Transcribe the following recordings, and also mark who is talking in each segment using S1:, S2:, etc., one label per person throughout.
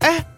S1: 哎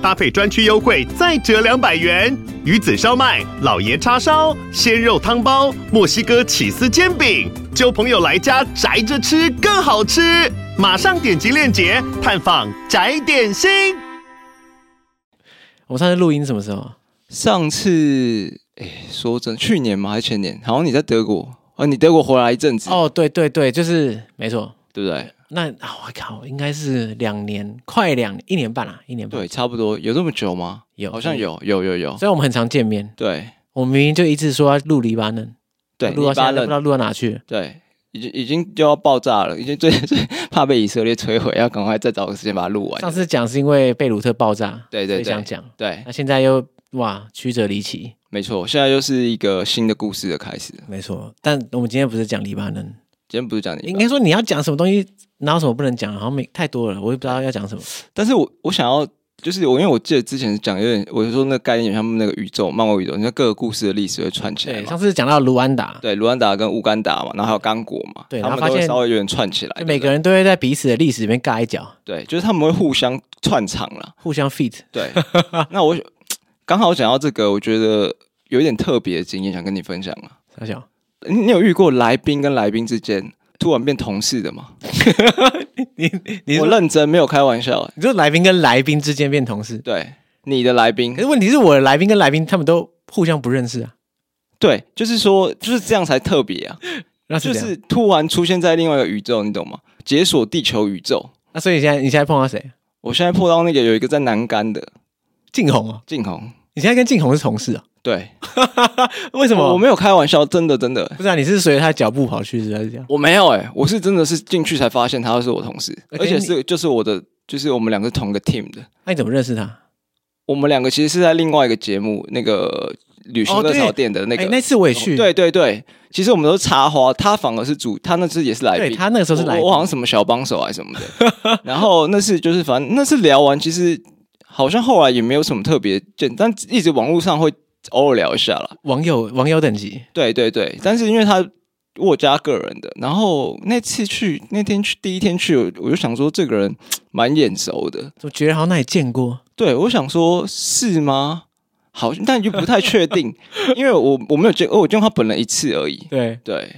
S1: 搭配专区优惠再折两百元。鱼子烧麦、老爷叉烧、鲜肉汤包、墨西哥起司煎饼，就朋友来家宅着吃更好吃。马上点击链接探访宅点心。
S2: 我们上次录音什么时候？
S3: 上次哎，说真，去年嘛还是前年，好像你在德国，哦，你德国回来一阵子，
S2: 哦，对对对，就是没错。
S3: 对不对？
S2: 那啊，我、靠，应该是两年，快两一年半啦、啊一年半。
S3: 对，差不多有这么久吗？
S2: 有
S3: 好像有，有有有。
S2: 所以我们很常见面。
S3: 对
S2: 我们明明就一直说要录黎巴嫩，
S3: 对，
S2: 录到
S3: 黎
S2: 现在
S3: 巴
S2: 都不知道
S3: 嫩，
S2: 录到哪去了。
S3: 对，已经已经就要爆炸了，已经 最最怕被以色列摧毁，要赶快再找个时间把它录完。
S2: 上次讲是因为贝鲁特爆炸，
S3: 对对对
S2: 所以想讲。
S3: 对，
S2: 那现在又哇，曲折离奇，
S3: 没错，现在又是一个新的故事的开始了。
S2: 没错。但我们今天不是讲黎巴嫩，
S3: 今天不是讲你
S2: 应，该说你要讲什么东西，哪有什么不能讲，啊好像没太多了，我也不知道要讲什么。
S3: 但是我我想要，就是我因为我记得之前讲有点，我就说那个概念有点像那个宇宙，漫威宇宙，你看各个故事的历史会串起来
S2: 对，
S3: 嘛
S2: 上。次讲到卢安达，
S3: 对，卢安达跟乌干达嘛，然后还有刚果嘛，
S2: 对
S3: 他
S2: 然后
S3: 们
S2: 发
S3: 都会
S2: 现
S3: 稍微有点串起来
S2: 就，每个人都会在彼此的历史里面尬一脚，
S3: 对，就是他们会互相串场啦。
S2: 互相 fit。
S3: 对，那我刚好讲到这个，我觉得有一点特别的经验想跟你分享啊。
S2: 傻笑，
S3: 你你有遇过来宾跟来宾之间突然变同事的吗？
S2: 你你
S3: 我
S2: 说
S3: 认真，没有开玩笑、欸。
S2: 你说来宾跟来宾之间变同事，
S3: 对，你的来宾
S2: 可是，问题是我的来宾跟来宾他们都互相不认识啊，
S3: 对，就是说，就是这样才特别啊，
S2: 那
S3: 就是
S2: 这
S3: 是
S2: 样
S3: 突然出现在另外一个宇宙，你懂吗？解锁地球宇宙。
S2: 那所以你现在你现在碰到谁？
S3: 我现在碰到那个有一个在南干的
S2: 静红哦，
S3: 静红，
S2: 你现在跟静红是同事啊？
S3: 对，
S2: 为什么？
S3: 我没有开玩笑，真的真的，
S2: 不是啊，你是随着他脚步跑去是还是这样？
S3: 我没有哎、我是真的是进去才发现他是我同事，
S2: 而且
S3: 而且
S2: 欸哎你
S3: 是就是我的，就是我们两个是同个 team 的。
S2: 那你怎么认识他？
S3: 我们两个其实是在另外一个节目，那个旅行
S2: 哦
S3: 热
S2: 对
S3: 潮店的那
S2: 哎
S3: 个。，
S2: 那次我也去，
S3: 对对对，其实我们都是插花，他反而是主，他那次也是来
S2: 对，
S3: 宾，
S2: 他那个时候是来
S3: 我
S2: 宾
S3: 我好像什么小帮手还是什么 的。然后那次就是反正那次聊完，其实好像后来也没有什么特别见，但一直网络上会偶尔聊一下啦。
S2: 网友网友等级，
S3: 对对对，但是因为他我加个人的，然后那次去那天去第一天去，我我就想说这个人蛮眼熟的，
S2: 我觉得好像哪里见过，
S3: 对我想说是吗？好，但就不太确定，因为我我没有见，我见过他本人一次而已，
S2: 对，
S3: 对。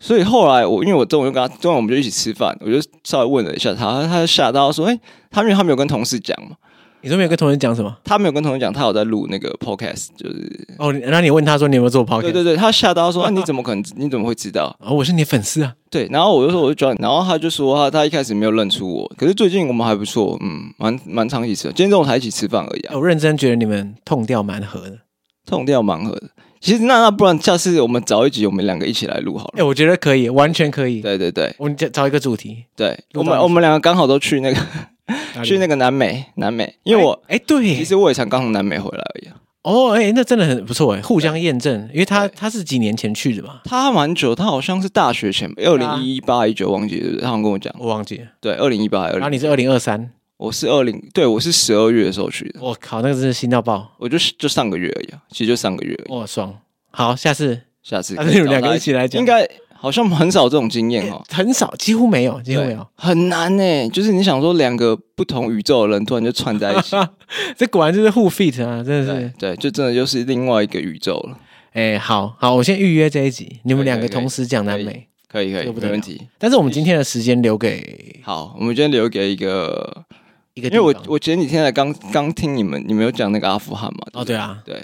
S3: 所以后来我因为我中午就跟他中午我们就一起吃饭，我就稍微问了一下他，他就吓到说：“哎、他因为他没有跟同事讲嘛，
S2: 你说没有跟同事讲什么？
S3: 他没有跟同事讲，他有在录那个 podcast，就是
S2: 哦，你那你问他说你有没有做 p o c
S3: 对
S2: a
S3: 对对，他吓到说：‘啊，你怎么可能？你怎么会知道？’
S2: 哦，我是你的粉丝啊，
S3: 对，然后我就说我就转，然后他就说他他一开始没有认出我，可是最近我们还不错，嗯，蛮蛮常一起吃的，今天中午才一起吃饭而已啊，
S2: 哎我认真觉得你们痛调蛮合的。
S3: 痛掉蛮合的。其实那那不然下次我们找一集，我们两个一起来录好
S2: 哎、
S3: 了。
S2: 我觉得可以，完全可以。
S3: 对对对
S2: 我们找一个主题，
S3: 对，
S2: 录到
S3: 我们
S2: 一起
S3: 我们两个刚好都去那个去那
S2: 个，
S3: 个南美南美，因为我
S2: 哎、对耶，
S3: 其实我也才刚从南美回来而已啊、
S2: 哦，哎、那真的很不错哎，互相验证，因为他他是几年前去的嘛，
S3: 他蛮久，他好像是大学前，二
S2: 啊
S3: 零一八一九忘记了，对不对他好像跟我讲，
S2: 我忘记了。
S3: 对，二零一八二
S2: 然后
S3: 零，
S2: 你是二零二三，
S3: 我是二零，对我是十二月的时候去的，
S2: 我靠，那个真是新到爆，
S3: 我就是就上个月而已、啊，其实就上个月而已。
S2: 哇爽！好，下次
S3: 下次
S2: 下
S3: 可
S2: 次你
S3: 以
S2: 们
S3: 找
S2: 啊两个
S3: 大
S2: 一起来讲
S3: 应该好像很少这种经验 哦，
S2: 很少，几乎没有，几乎没
S3: 对
S2: 有。，
S3: 很难呢。就是你想说两个不同宇宙的人突然就串在一 起，
S2: 这果然就是互 fit 啊，真的
S3: 对
S2: 是。
S3: 对，就真的就是另外一个宇宙了。
S2: 哎、好好，我先预约这一集，你们
S3: 可以
S2: 两个
S3: 可以可以
S2: 同时讲南
S3: 可
S2: 美，
S3: 可以可以，
S2: 这不得了
S3: 没问题。
S2: 但是我们今天的时间留给
S3: 好，我们今天留给一个，
S2: 一个
S3: 因
S2: 地
S3: 为
S2: 方，
S3: 我我前几天才刚刚听你们，你们有讲那个阿富汗嘛？
S2: 哦对啊，
S3: 对，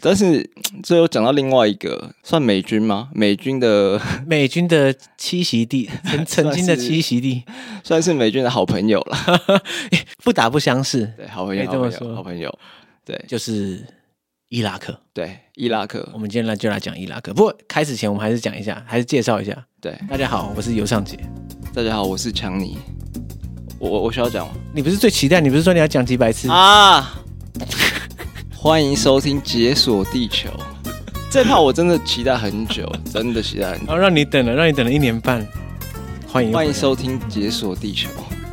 S3: 但是这又讲到另外一个，算美军吗？美军的
S2: 美军的栖息地，曾曾经的
S3: 算是
S2: 栖息地，
S3: 算是美军的好朋友了，
S2: 不打不相识，
S3: 对，好朋
S2: 可
S3: 友，
S2: 以
S3: 好
S2: 这么
S3: 朋
S2: 说
S3: 友，好朋友，对
S2: 就是伊拉克。
S3: 对，伊拉克
S2: 我，们今天来就来讲伊拉克，不过开始前我们还是讲一下，还是介绍一下。
S3: 对。
S2: 大家好，我是尤尚杰。
S3: 大家好，我是强尼。我我我需要讲吗？
S2: 你不是最期待？你不是说你要讲几百次？
S3: 啊！欢迎收听《解锁地球》 这套，我真的期待很久，真的期待很久。
S2: 然后让你等了，让你等了一年半，欢迎又回来，
S3: 欢迎收听《解锁地球》，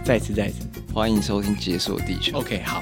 S2: 再一次再一次。
S3: 欢迎收听《解锁地球》。
S2: OK，好。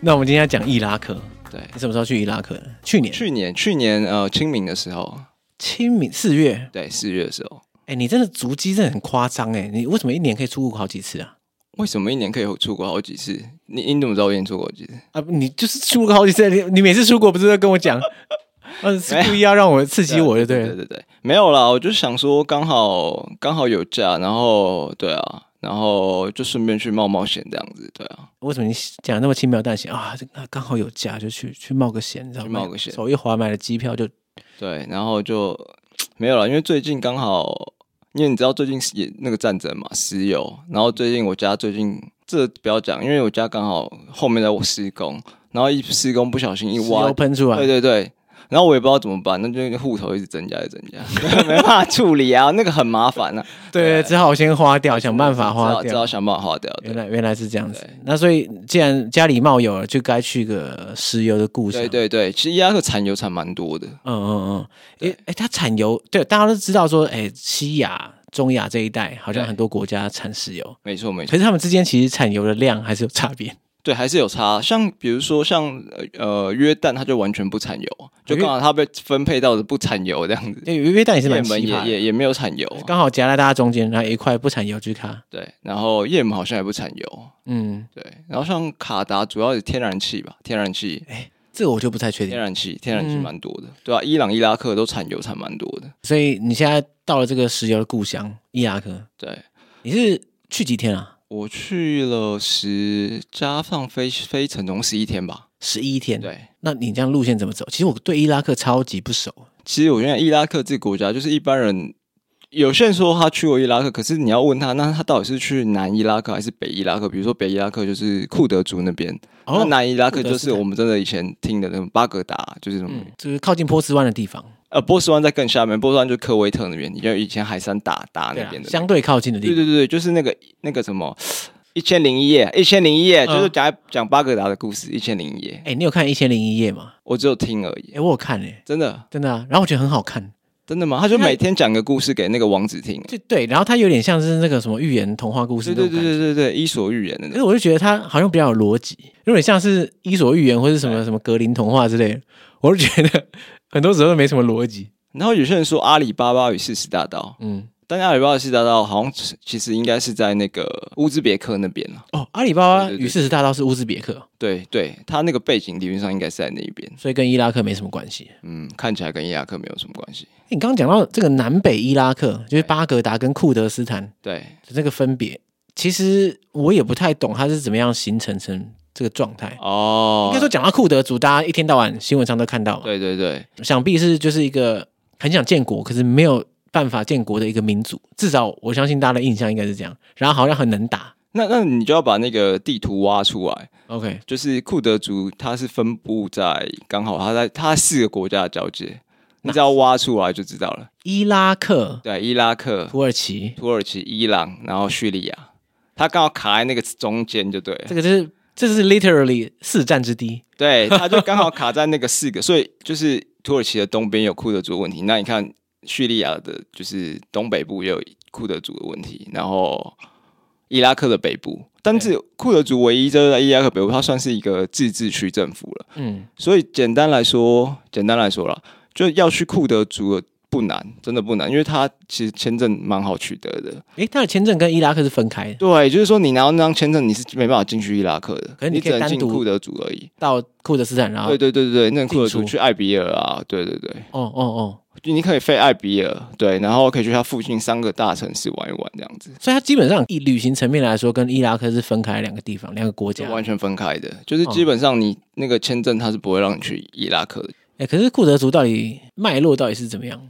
S2: 那我们今天要讲伊拉克，
S3: 对，
S2: 你什么时候去伊拉克的？去年
S3: 去年去年呃清明的时候，
S2: 清明四月。
S3: 对四月的时候，
S2: 哎、你真的足迹真的很夸张哎！你为什么一年可以出国好几次啊？
S3: 为什么一年可以出国好几次？你你怎么知道我一年出国好几次？
S2: 啊，你就是出国好几次，你你每次出国不是都跟我讲， 呃，是故意要让我刺激我就对
S3: 对
S2: 了。
S3: 对对，没有啦，我就想说刚好刚好有假，然后对啊，然后就顺便去冒冒险这样子，对啊，
S2: 为什么你讲得那么轻描淡写啊？这啊刚好有假就去去冒个险，你知道吗？
S3: 去冒个险
S2: 手一滑买了机票就
S3: 对，然后就没有了，因为最近刚好，因为你知道最近是也那个战争嘛，石油，然后最近我家最近这不要讲，因为我家刚好后面在我施工，然后一施工不小心一
S2: 石
S3: 挖
S2: 油，喷出来
S3: 对，对对。然后我也不知道怎么办，那就户头一直增加，一直增加， 没办法处理啊，那个很麻烦呐、啊，
S2: 对，只好先花掉，想办法
S3: 只
S2: 花
S3: 好只
S2: 掉
S3: 好。想办法花掉。对
S2: 原来原来是这样子
S3: 对，
S2: 那所以既然家里冒有了，就该去个石油的故乡。
S3: 对对对，其实伊拉克产油产蛮多的，
S2: 嗯嗯嗯，诶诶，它产油，对，大家都知道说，诶，西亚、中亚这一带好像
S3: 对
S2: 很多国家产石油，
S3: 没错没错
S2: 可，是他们之间其实产油的量还是有差别。
S3: 对，还是有差。像比如说像呃约旦，它就完全不产油，就刚好它被分配到的不产油这样子。
S2: 对，约旦也是
S3: 也
S2: 蛮
S3: 门
S2: 奇
S3: 也
S2: 葩的，
S3: 也也没有产油，
S2: 刚好夹在大家中间，然后一块不产油居咖。
S3: 对，然后也门好像也不产油，
S2: 嗯，
S3: 对，然后像卡达主要是天然气吧，天然气，
S2: 这个我就不太确
S3: 天
S2: 定。
S3: 然气，天然气
S2: 嗯
S3: 蛮多的，对啊，伊朗、伊拉克都产油产蛮多的，
S2: 所以你现在到了这个石油的故乡伊拉克，
S3: 对。
S2: 你是去几天啊？
S3: 我去了十加上飞飞程总十一天吧，
S2: 十一天。，
S3: 对。
S2: 那你这样路线怎么走？其实我对伊拉克超级不熟。
S3: 其实我觉得伊拉克这个国家，就是一般人有些人说他去过伊拉克，可是你要问他，那他到底是去南伊拉克还是北伊拉克？比如说北伊拉克就是库德族那边，那
S2: 哦，
S3: 南伊拉克就
S2: 库德斯
S3: 是
S2: 坦
S3: 我们真的以前听的那种巴格达，就是什么、
S2: 嗯，就是靠近波斯湾的地方，
S3: 呃波斯湾在更下面，波斯湾就科威特那边，你就以前海山打打
S2: 对
S3: 那
S2: 啊
S3: 边，的那
S2: 相对靠近的地
S3: 对
S2: 方。
S3: 对对，就是那个那个什么。一千零一夜，一千零一
S2: 嗯
S3: 夜，就是讲讲巴格达的故事。一千零一夜，
S2: 哎，你有看《一千零一夜》吗？
S3: 我只有听而已，
S2: 哎，我有看诶，
S3: 真的，
S2: 真的啊。然后我觉得很好看。
S3: 真的吗？他就
S2: 他
S3: 每天讲个故事给那个王子听，
S2: 对对，然后它有点像是那个什么寓言童话故事
S3: 对
S2: 那种
S3: 对
S2: 感
S3: 对
S2: 觉。
S3: 对对对，伊索寓言的
S2: 可
S3: 那种
S2: 是我就觉得它好像比较有逻辑，有点像是《伊索寓言》或是什么什么格林童话之类的，我就觉得很多时候都没什么逻辑。
S3: 然后有些人说阿里巴巴与四十大盗，
S2: 嗯，
S3: 但阿里巴巴与四十大盗好像其实应该是在那个乌兹别克那边了。
S2: 哦，阿里巴巴
S3: 对
S2: 与
S3: 对对
S2: 四十大盗是乌兹别克，
S3: 对对，他那个背景理论上应该是在那一边。
S2: 所以跟伊拉克没什么关系。
S3: 嗯，看起来跟伊拉克没有什么关系。
S2: 你刚刚讲到这个南北伊拉克，就是巴格达跟库德斯坦
S3: 对，
S2: 的这个分别，其实我也不太懂它是怎么样形成成这个状态。
S3: 哦
S2: 应该，说讲到库德族，大家一天到晚新闻上都看到嘛，
S3: 对对对
S2: 想必是就是一个很想建国，可是没有办法建国的一个民族。至少我相信大家的印象应该是这样。然后好像很能打
S3: 那那你就要把那个地图挖出来，
S2: ，OK，
S3: 就是库德族，它是分布在刚好它在它四个国家的交界，你只要挖出来就知道了。
S2: 伊拉克、
S3: 对，伊拉克、
S2: 土耳其，
S3: 土耳其、伊朗，然后叙利亚，它刚好卡在那个中间就对了
S2: 这。个就是这是 literally 四战之地。
S3: 对，它就刚好卡在那个四个， 所以就是土耳其的东边有库德族问题，那你看叙利亚的就是东北部也有库德族的问题，然后伊拉克的北部，但是库德族唯一就是在伊拉克北部，它算是一个自治区政府了，
S2: 嗯，
S3: 所以简单来说，简单来说啦，就要去库德族的不难，真的不难，因为它其实签证蛮好取得的。
S2: 诶，他的签证跟伊拉克是分开的，
S3: 对，就是说你拿到那张签证，你是没办法进去伊拉克的，
S2: 可是你
S3: 你
S2: 可以
S3: 只能
S2: 单
S3: 进
S2: 独
S3: 库德族而已。
S2: 到库德斯坦，然后
S3: 对对对对，那库
S2: 进
S3: 尔族
S2: 出
S3: 去艾比尔啊，对对对，
S2: 哦哦哦，
S3: 就你可以飞艾比尔，对，然后可以去它附近三个大城市玩一玩，这样子
S2: 所以它基本上以旅行层面来说，跟伊拉克是分开两个地方、两个国
S3: 就
S2: 家。
S3: 完全分开的。就是
S2: 嗯
S3: 基本上你那个签证它是不会让你去伊拉克的，
S2: 诶，可是库德族到底脉络到底是怎么样？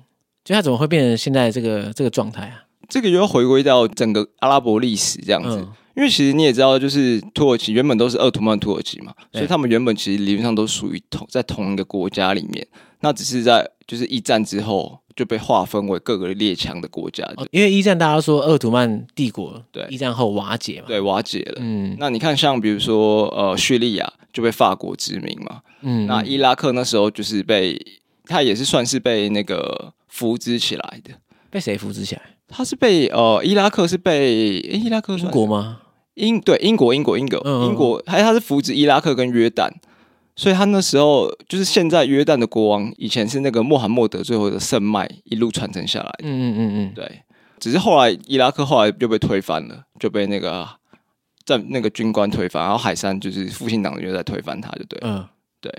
S2: 就它怎么会变成现在这个这个状态啊？
S3: 这个又回归到整个阿拉伯历史这样子。
S2: 嗯
S3: 因为其实你也知道，就是土耳其原本都是鄂图曼土耳其嘛，
S2: 对
S3: 所以他们原本其实理论上都属于同在同一个国家里面，那只是在就是一战之后就被划分为各个列强的国家，
S2: 哦因为一战大家说鄂图曼帝国
S3: 对
S2: 一战后瓦解嘛，
S3: 对，瓦解了。
S2: 嗯
S3: 那你看，像比如说呃，叙利亚就被法国殖民嘛，
S2: 嗯，
S3: 那伊拉克那时候就是被他也是算是被那个扶植起来的，
S2: 被谁扶持起来？
S3: 他是被呃伊拉克是被、诶伊拉克
S2: 英
S3: 算
S2: 国吗？
S3: 英对英国英国英国、
S2: 嗯嗯嗯
S3: 英国，还有他是扶植伊拉克跟约旦，所以他那时候就是现在约旦的国王，以前是那个穆罕默德最后的圣脉一路传承下来的，
S2: 嗯嗯嗯嗯，
S3: 对，只是后来伊拉克后来就被推翻了，就被那个在那个军官推翻，然后海山就是复兴党的又在推翻他，就对了。
S2: 嗯，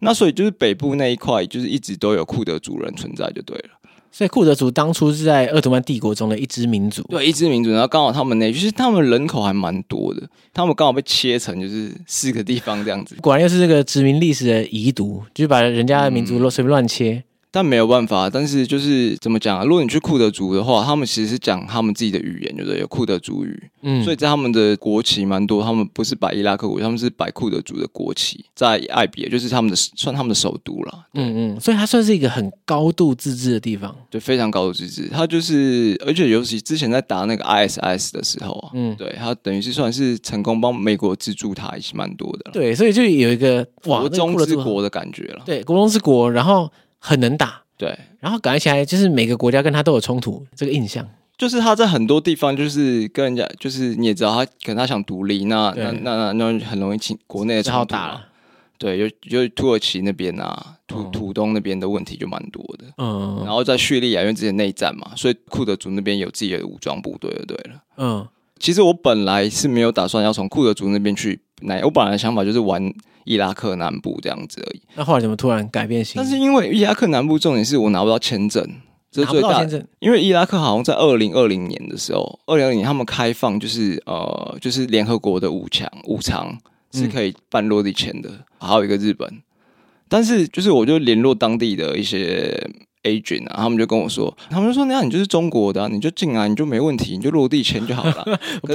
S3: 那所以就是北部那一块，就是一直都有库德族人存在，就对了。
S2: 所以库德族当初是在鄂图曼帝国中的一支民族，
S3: 对，一支民族，然后刚好他们那，就是他们人口还蛮多的，他们刚好被切成就是四个地方这样子，
S2: 果然又是这个殖民历史的遗毒，就是把人家的民
S3: 嗯
S2: 族乱随便乱切。
S3: 但没有办法。但是就是怎么讲啊？如果你去库德族的话，他们其实是讲他们自己的语言，就是有库德族语。
S2: 嗯，
S3: 所以在他们的国旗蛮多，他们不是摆伊拉克国旗，他们是摆库德族的国旗，在艾比，就是他们的算他们的首都啦，
S2: 嗯嗯，所以它算是一个很高度自治的地方。
S3: 就非常高度自治。他就是，而且尤其之前在打那个 ISIS 的时候啊，
S2: 嗯，
S3: 对他等于是算是成功帮美国资助他，也是蛮多的啦，
S2: 对，所以就有一个哇，
S3: 国
S2: 那个
S3: 中
S2: 库德
S3: 之
S2: 族
S3: 国的感觉了。
S2: 对国中之国，然后很能打，
S3: 对，
S2: 然后感觉起来就是每个国家跟他都有冲突，这个印象。
S3: 就是他在很多地方就是跟人家，就是你也知道他，可能他想独立，那
S2: 对
S3: 那那那那很容易请国内的
S2: 只
S3: 冲
S2: 好
S3: 突
S2: 打
S3: 啊
S2: 了。
S3: 对，尤尤其土耳其那边啊，土
S2: 嗯
S3: 土东那边的问题就蛮多的。
S2: 嗯
S3: 然后在叙利亚，因为之前内战嘛，所以库德族那边有自己的武装部队，就对了。
S2: 嗯，
S3: 其实我本来是没有打算要从库德族那边去南，我本来的想法就是玩伊拉克南部这样子而已。
S2: 那后来怎么突然改变心
S3: 但
S2: 意？
S3: 是因为伊拉克南部重点是我拿不到签证，这
S2: 拿
S3: 是
S2: 不
S3: 最
S2: 到
S3: 大
S2: 签。证，
S3: 因为伊拉克好像在二零二零年的时候，二零二零年他们开放就是呃，就是联合国的五强五常是可以办落地签的，还有一个日本。但是就是我就联络当地的一些 agent 啊，他们就跟我说，他们就说那样你就是中国的啊、你就进来你就没问题，你就落地签就好了。可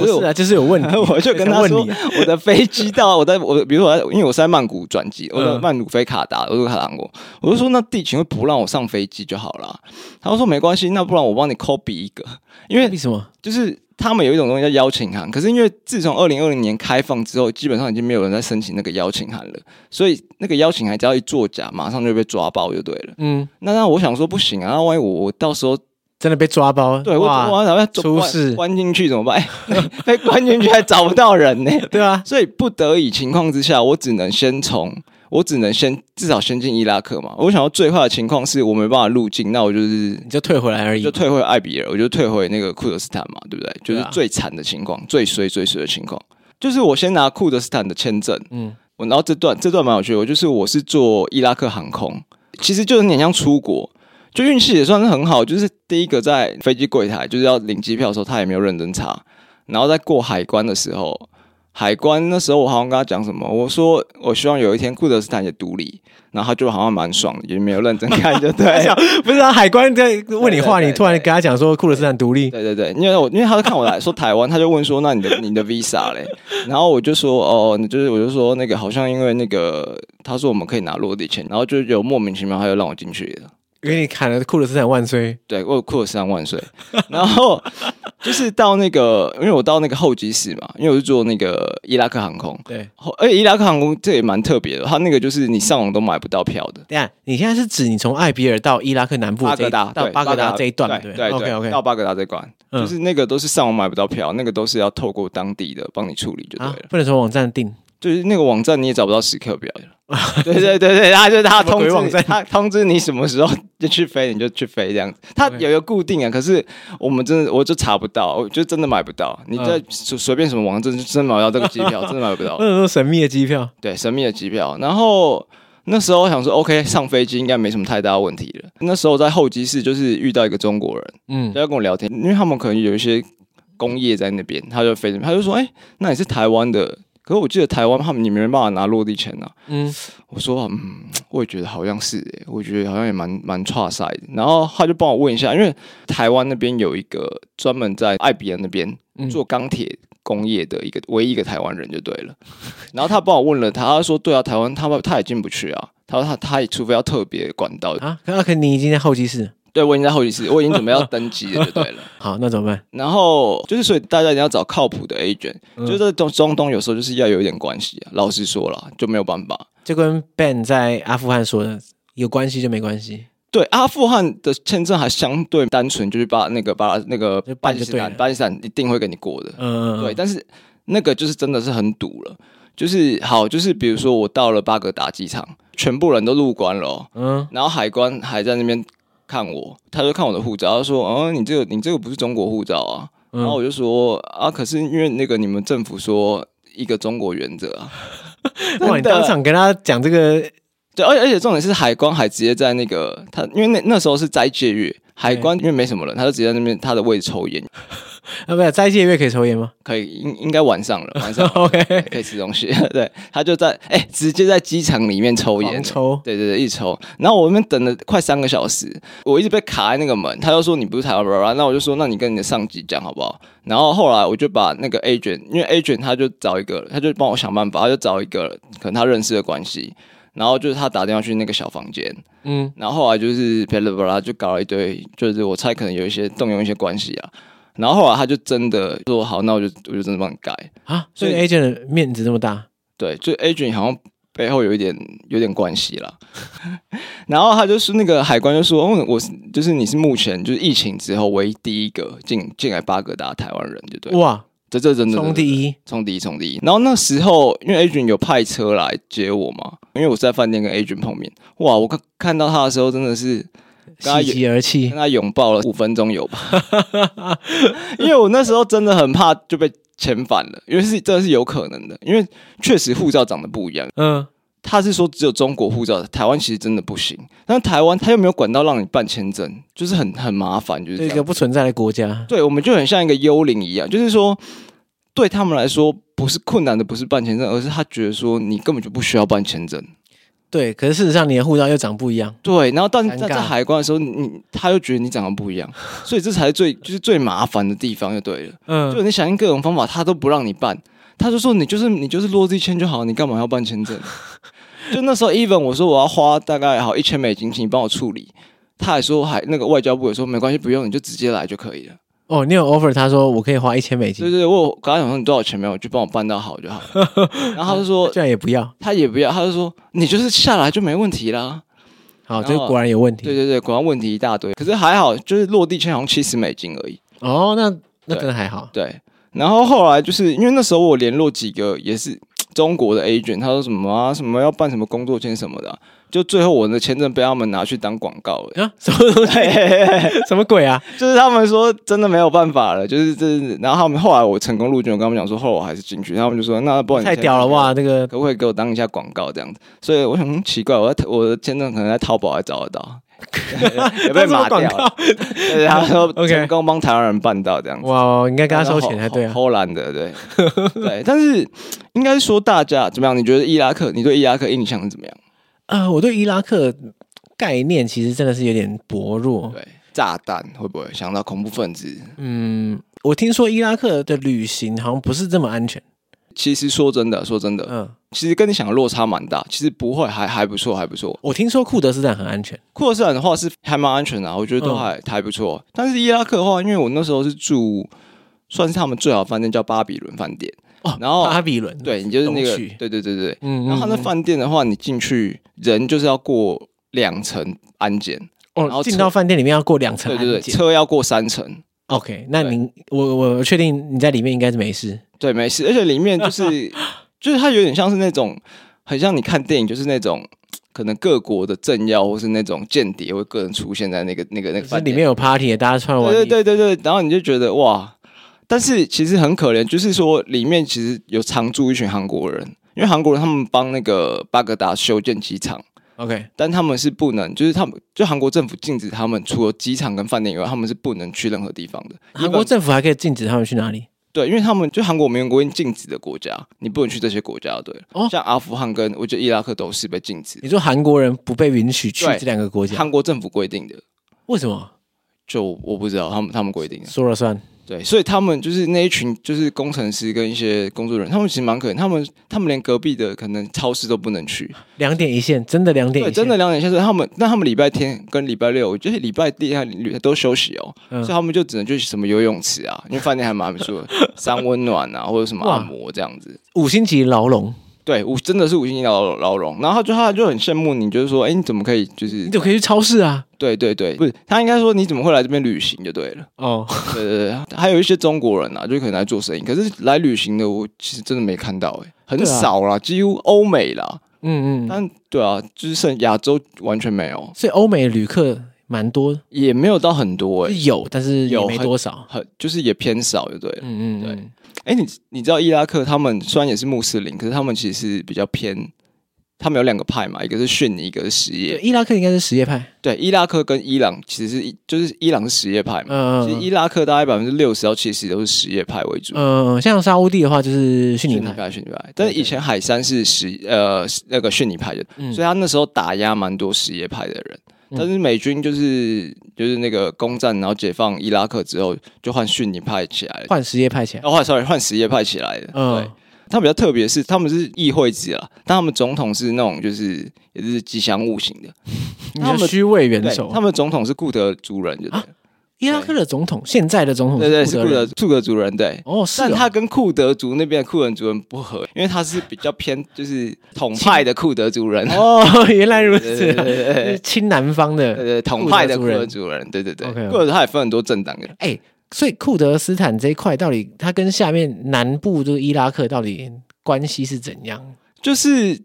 S2: 不
S3: 是
S2: 是
S3: 我。
S2: 啊，就是有问题
S3: 我就跟
S2: 才
S3: 他
S2: 问
S3: 说
S2: 你啊，
S3: 我的飞机到，我在我比如说我在，因为我是在曼谷转机，我在
S2: 嗯
S3: 曼谷飞卡达，我说卡达国，我就说那地勤会不让我上飞机就好了。他就说没关系，那不然我帮你 copy 一个，因为
S2: 为什么？
S3: 就是他们有一种东西叫邀请函，可是因为自从二零二零年开放之后，基本上已经没有人在申请那个邀请函了，所以那个邀请函只要一作假，马上就被抓包就对了。
S2: 嗯，
S3: 那那我想说不行啊，那万一我我到时候
S2: 真的被抓包，
S3: 对我
S2: 哇，
S3: 我打算
S2: 出事
S3: 关进去怎么办？ 哎，被关进去还找不到人呢、
S2: 对啊，
S3: 所以不得已情况之下，我只能先从我只能先至少先进伊拉克嘛。我想要最坏的情况是我没办法入境，那我就是
S2: 你就退回来而已
S3: 就。退回艾比尔，我就退回那个库德斯坦嘛，对不对？就
S2: 对啊
S3: 是最惨的情况，最衰最衰的情况，就是我先拿库德斯坦的签证，
S2: 嗯
S3: 嗯，我然后这段这段蛮有趣的，我就是我是做伊拉克航空，其实就是有点像出国。就运气也算是很好，就是第一个在飞机柜台，就是要领机票的时候，他也没有认真查，然后在过海关的时候，海关那时候我好像跟他讲什么，我说我希望有一天库德斯坦也独立，然后他就好像蛮爽的，也没有认真看，就 对了。
S2: 不是啊，海关在问你话，
S3: 对对对
S2: 你突然跟他讲说库勒斯坦独立，
S3: 对对对，因为我因为他看我来说台湾，他就问说那你的你的 visa 嘞，然后我就说哦，你就是我就说那个好像因为那个他说我们可以拿落地签，然后就有莫名其妙他就让我进去了。
S2: 给你喊了库勒斯坦万岁。
S3: 对，我有库尔三万岁，然后就是到那个，因为我到那个候机室嘛，因为我是坐那个伊拉克航空，
S2: 对，
S3: 后而且伊拉克航空这也蛮特别的，它那个就是你上网都买不到票的，
S2: 等一下你现在是指你从艾比尔到伊拉克南部
S3: 巴
S2: 这一
S3: 格达
S2: 到
S3: 对
S2: 巴格达这一段，
S3: 对
S2: 不
S3: 对
S2: ，OK
S3: 到
S2: OK，
S3: 巴格达这一关，
S2: 嗯
S3: 就是那个都是上网买不到票，那个都是要透过当地的帮你处理就对
S2: 啊
S3: 了，，
S2: 不能从网站订，
S3: 就是那个网站你也找不到时 刻表了。对对对对，他就是
S2: 什
S3: 他
S2: 么
S3: 通
S2: 鬼
S3: 知
S2: 网
S3: 你
S2: 站
S3: 他通知你什么时候就去飞，你就去飞这样子。他
S2: OK
S3: 有一个固定啊，可是我们真的我就查不到，我就真的买不到。你在
S2: 嗯
S3: 随随便什么网站就真买不到这个机票， 真的买不到
S2: 不。能说神秘的机票。
S3: 对，神秘的机票。然后那时候我想说，OK，上飞机应该没什么太大的问题了。那时候在候机室就是遇到一个中国人，
S2: 嗯
S3: 他，就跟我聊天，因为他们可能有一些工业在那边，他就飞这边，他就说：“哎、那你是台湾的可是我记得台湾他们也没办法拿落地签啊。
S2: 嗯，
S3: 我说嗯，我也觉得好像是、欸，我觉得好像也蛮蛮差赛的。然后他就帮我问一下，因为台湾那边有一个专门在爱彼岸那边
S2: 嗯
S3: 做钢铁工业的一个唯一一个台湾人就对了。然后他帮我问了他，他说对啊，台湾他他也进不去啊。他说他他也除非要特别管道，
S2: 啊，可可你已经在候机室，
S3: 对我已经在候机室，我已经准备要登机了，就对了。
S2: 好，那怎么办？
S3: 然后就是，所以大家一定要找靠谱的 agent，、就是
S2: 嗯
S3: 这中中东有时候就是要有一点关系啊。老实说了，就没有办法。
S2: 就跟 Ben 在阿富汗说的，有关系就没关系，
S3: 对，阿富汗的签证还相对单纯，就是把那个把那个
S2: 就
S3: 巴
S2: 办
S3: 基
S2: 就
S3: 斯
S2: 对了
S3: 坦，巴基斯坦一定会给你过的。
S2: 嗯，
S3: 对，，但是那个就是真的是很堵了，就是好，就是比如说我到了巴格达机场，全部人都入关了、哦，
S2: 嗯，
S3: 然后海关还在那边看我，他就看我的护照，他说：“哦，你这个你这个不是中国护照啊。”
S2: 嗯
S3: 然后我就说：“啊，可是因为那个你们政府说一个中国原则啊。”
S2: 嗯哇，你当场跟他讲这个，
S3: 对，而且而且重点是海关还直接在那个他，因为那那时候是斋戒月，海关因为没什么人，他就直接在那边他的位置抽烟，
S2: 啊，不是斋戒月可以抽烟吗
S3: 可以应应该晚上了，晚上
S2: ？OK，
S3: 可以吃东西。 对，他就在哎、直接在机场里面抽烟
S2: 狂，抽，
S3: 对对对，一直抽。然后我们等了快三个小时，我一直被卡在那个门，他就说你不是台湾人啊，那我就说那你跟你的上级讲好不好？然后后来我就把那个 agent，因为 agent 他就找一个，他就帮我想办法，他就找一个可能他认识的关系，然后就是他打电话去那个小房间，
S2: 嗯，
S3: 然后后来就是巴拉巴拉就搞了一堆，就是我猜可能有一些动用一些关系啊。然后后来他就真的说好，那我就我就真的帮你改。
S2: 啊，所以
S3: 所
S2: agent 的面子这么大，
S3: 对，就 agent 好像背后有一点有点关系啦。 然后他就是那个海关就说，哦，我是就是你是目前就是疫情之后唯一第一个进进来巴格达的台湾人，就对了，
S2: 哇，
S3: 这这真的
S2: 冲
S3: 一，
S2: 第一，
S3: 冲第一，冲第一。然后那时候因为 agent 有派车来接我嘛，因为我在饭店跟 agent 碰面，哇，我看看到他的时候真的是刚刚
S2: 喜极而泣
S3: 跟，他拥抱了五分钟有吧，因为我那时候真的很怕就被遣返了，因为是真的是有可能的，因为确实护照长得不一样。
S2: 嗯，
S3: 他是说只有中国护照，台湾其实真的不行。但台湾他又没有管道让你办签证，就是很很麻烦，就
S2: 嗯
S3: 是
S2: 这
S3: 这
S2: 个
S3: 样。
S2: 不存在的国家，
S3: 对，我们就很像一个幽灵一样，就是说对他们来说不是困难的，不是办签证，而是他觉得说你根本就不需要办签证。
S2: 对，可是事实上你的护照又长不一样，
S3: 对，然后但
S2: 尴
S3: 在
S2: 尬
S3: 在海关的时候，你他又觉得你长得不一样，所以这才是最就是最麻烦的地方，就对了。就
S2: 嗯，
S3: 你想尽各种方法，他都不让你办，他就说你就是你就是落地签就好，你干嘛要办签证？ 就那时候，even 我说我要花大概好一千美金，请你帮我处理，他还说还那个外交部也说没关系，不用你就直接来就可以了。
S2: 哦，你有 offer，他说我可以花一千美
S3: 对
S2: 金，
S3: 对对，我有跟他讲说你多少钱没有，就帮我办到好就好了。然后他就说
S2: 居然也不要，
S3: 他也不要，他就说你就是下来就没问题啦。
S2: 好，
S3: 然
S2: 这
S3: 后
S2: 果然有问
S3: 对
S2: 题，
S3: 对对，果然问题一大堆。可是还好，就是落地签好像七十美金而已。
S2: 哦，那那
S3: 对
S2: 真的还好，
S3: 对，然后后来就是因为那时候我联络几个也是中国的 agent，他说什么啊，什么要办什么工作签什么的啊、就最后我的签证被他们拿去当广告了。
S2: 啊，什么 东西？什么鬼啊？
S3: 就是他们说真的没有办法了，就是这，然后他们后来我成功入境，我跟他们讲说，后来我还是进去，他们就说那不然你
S2: 太屌了哇！！这个
S3: 可不可以给我当一下广告这样子？所以我想、嗯奇怪，我在我的签证可能在淘宝还找得到， 也被码掉
S2: 广
S3: 了。
S2: 告，
S3: 对，他说
S2: OK
S3: 成功帮台湾人办到这样子。
S2: 哇，应该跟他收钱才对啊。
S3: 荷兰的，对 对，但是应该说大家怎么样？你觉得伊拉克？你对伊拉克印象是怎么样？
S2: 呃，我对伊拉克概念其实真的是有点薄弱。
S3: 对，炸弹会不会想到恐怖分子？
S2: 嗯，我听说伊拉克的旅行好像不是这么安全。
S3: 其实说真的，说真的，
S2: 嗯，
S3: 其实跟你想的落差蛮大。其实不会，还还不错，还不错。
S2: 我听说库德斯坦很安全。
S3: 库尔斯坦的话是还蛮安全的啊、我觉得都
S2: 嗯
S3: 还、还不错。但是伊拉克的话，因为我那时候是住，算是他们最好的饭店叫巴比伦饭店。
S2: 哦，
S3: 然后
S2: 巴比伦，
S3: 对你就是那个
S2: 东区，
S3: 对对对对。
S2: 嗯，嗯，
S3: 然后他那
S2: 嗯
S3: 饭店的话，你进去人就是要过两层安检，然
S2: 哦，
S3: 后
S2: 进
S3: 车
S2: 到饭店里面要过两层
S3: 对
S2: 安
S3: 对对，
S2: 检
S3: 车要过三层，
S2: OK，那您我我确定你在里面应该是没事。
S3: 对，没事。而且里面就是 就是它有点像是那种，很像你看电影，就是那种可能各国的政要或是那种间谍会个人出现在那个那个那个
S2: 就是
S3: 饭
S2: 里
S3: 店
S2: 面有 party，的大家穿完
S3: 对对对对对，然后你就觉得哇，但是其实很可怜，就是说里面其实有常住一群韩国人，因为韩国人他们帮那个巴格达修建机场。
S2: OK，
S3: 但他们是不能，就是他们就韩国政府禁止他们除了机场跟饭店以外，他们是不能去任何地方的。
S2: 韩国政府还可以禁止他们去哪里？
S3: 对，因为他们就韩国民国禁止的国家，你不能去这些国家，对了。
S2: 哦
S3: 像阿富汗跟我觉得伊拉克都是被禁止
S2: 你，说韩国人不被允许去
S3: 对
S2: 这两个国家，
S3: 韩国政府规定的，
S2: 为什么？
S3: 就我不知道他们他们规定的。
S2: 说了算。
S3: 对，所以他们就是那一群就是工程师跟一些工作人员，他们其实蛮可怜，他们他们连隔壁的可能超市都 不能去，
S2: 两点一线，真的两点一线，
S3: 对，真的两点下是他们，那他们礼拜天跟礼拜六，就是礼拜天和礼拜都休息哦，
S2: 嗯
S3: 所以他们就只能去什么游泳池啊，因为饭店还蛮 不错的，三温暖啊，或者什么
S2: 哇
S3: 按摩这样子。
S2: 五星级牢笼，
S3: 对，我真的是五星级牢牢笼，然后他就他就很羡慕你，就是说，哎，你怎么可以，就是
S2: 你怎么可以去超市啊？
S3: 对对对，不是他应该说你怎么会来这边旅行就对了，
S2: 哦，
S3: 对对对，还有一些中国人啊，就可能来做生意，可是来旅行的我其实真的没看到、哎，很
S2: 对啊
S3: 少啦，几乎欧美啦，
S2: 嗯嗯，
S3: 但对啊，就是剩亚洲完全没有，
S2: 所以欧美旅客蛮多，
S3: 也没有到很多、哎
S2: 是。有，但是也
S3: 有
S2: 没多少。
S3: 很就是也偏少，就对了。
S2: 嗯嗯，
S3: 对
S2: 嗯，
S3: 哎、你你知道伊拉克他们虽然也是穆斯林，可是他们其实比较偏，他们有两个派嘛，一个是逊尼，一个是什
S2: 对，
S3: 叶。
S2: 伊拉克应该是什叶派，
S3: 对，伊拉克跟伊朗其实是一就是伊朗是什叶派嘛，
S2: 嗯
S3: 其实伊拉克大概百分之六十到七十都是什叶派为主。
S2: 嗯，像沙乌地的话就是逊尼
S3: 逊尼
S2: 派，
S3: 派，逊尼派，但是以前海山是什呃那个逊尼派的，
S2: 嗯
S3: 所以他那时候打压蛮多什叶派的人。
S2: 嗯
S3: 但是美军就是就是那个攻占，然后解放伊拉克之后，就换逊尼派起来了。
S2: 换什叶派起来。
S3: 哦，换 sorry，换什叶派起来的。对
S2: 嗯，，
S3: 他比较特别是他们是议会制啦，但他们总统是那种就是也是吉祥物型的。
S2: 你
S3: 他
S2: 说
S3: 们
S2: 虚位元
S3: 对，
S2: 首，
S3: 他们总统是库德族人，对、
S2: 啊伊拉克的总统，现在的总统
S3: 对对，是
S2: 哦库
S3: 库
S2: 德
S3: 德
S2: 人。
S3: 库德族人，对。
S2: 哦，是哦
S3: 但他跟库德族那边的库德族人不合，因为他是比较偏就是统派的库德族人，
S2: 哦， 原来如
S3: 对
S2: 此
S3: 对对，对对
S2: 是亲南方
S3: 对
S2: 的。
S3: 对，统派的
S2: 库
S3: 库
S2: 德
S3: 德
S2: 族
S3: 族人，对对对，
S2: OK
S3: 库德族他也分很多政党的，
S2: 哎，所以库德斯坦这一块到底它跟下面南部就是伊拉克到底关系是怎样？
S3: 就是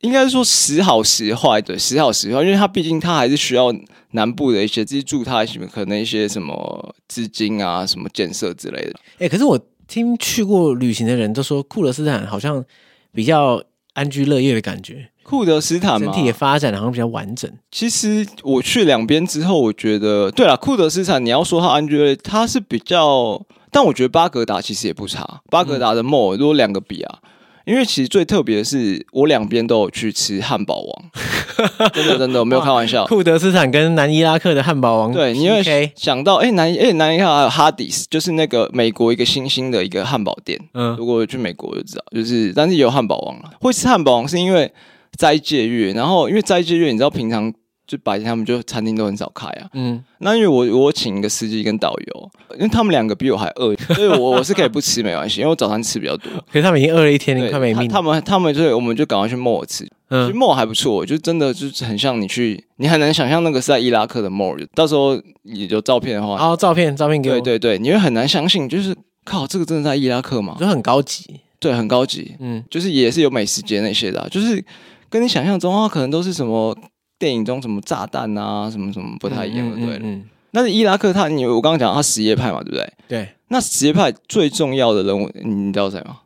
S3: 应该说时好时坏，对，时好时坏，因为它毕竟它还是需要南部的一些资助，它什么可能一些什么资金啊、什么建设之类的。
S2: 哎，可是我听去过旅行的人都说，库德斯坦好像比较安居乐业的感觉，
S3: 库德斯坦
S2: 整
S3: 啊嘛，
S2: 体的发展好像比较完整。
S3: 其实我去两边之后，我觉得对了，库德斯坦你要说它安居乐业，它是比较，但我觉得巴格达其实也不差。巴格达的 mall 如果两个比啊。因为其实最特别的是，我两边都有去吃汉堡王，真的真的，我没有开玩笑。
S2: 库德斯坦跟南伊拉克的汉堡王 PK，
S3: 对，你会想到，哎、南，哎、南一还有哈迪斯，就是那个美国一个新兴的一个汉堡店。
S2: 嗯
S3: 如果去美国就知道，就是，但是也有汉堡王了。啊会吃汉堡王是因为斋戒月，然后因为斋戒月，你知道平常就白天他们就餐厅都很少开啊。
S2: 嗯，
S3: 那因为我我请一个司机跟导游，因为他们两个比我还饿，所以我我是可以不吃没关系，因为我早餐吃比较多。
S2: 可是他们已经饿了一天，
S3: 对
S2: 快没命。
S3: 他他们他们就是，我们就赶快去 mall 吃，其实
S2: 嗯
S3: mall 还不错，就真的就是很像你去，你很难想象那个是在伊拉克的 mall。到时候你有照片的话，
S2: 然后照片照片啊给我，
S3: 对，对对，你会很难相信，就是靠，这个真的在伊拉克吗？
S2: 就很高级。
S3: 对，很高级，
S2: 嗯，
S3: 就是也是有美食街那些的啊、就是跟你想象中啊，可能都是什么电影中什么炸弹啊，什么什么不太一样的，
S2: 嗯
S3: 对。
S2: 嗯，嗯
S3: 但是伊拉克它，你我刚刚讲它什叶派嘛，对不对？
S2: 对，
S3: 那什叶派最重要的人物，你你知道谁吗？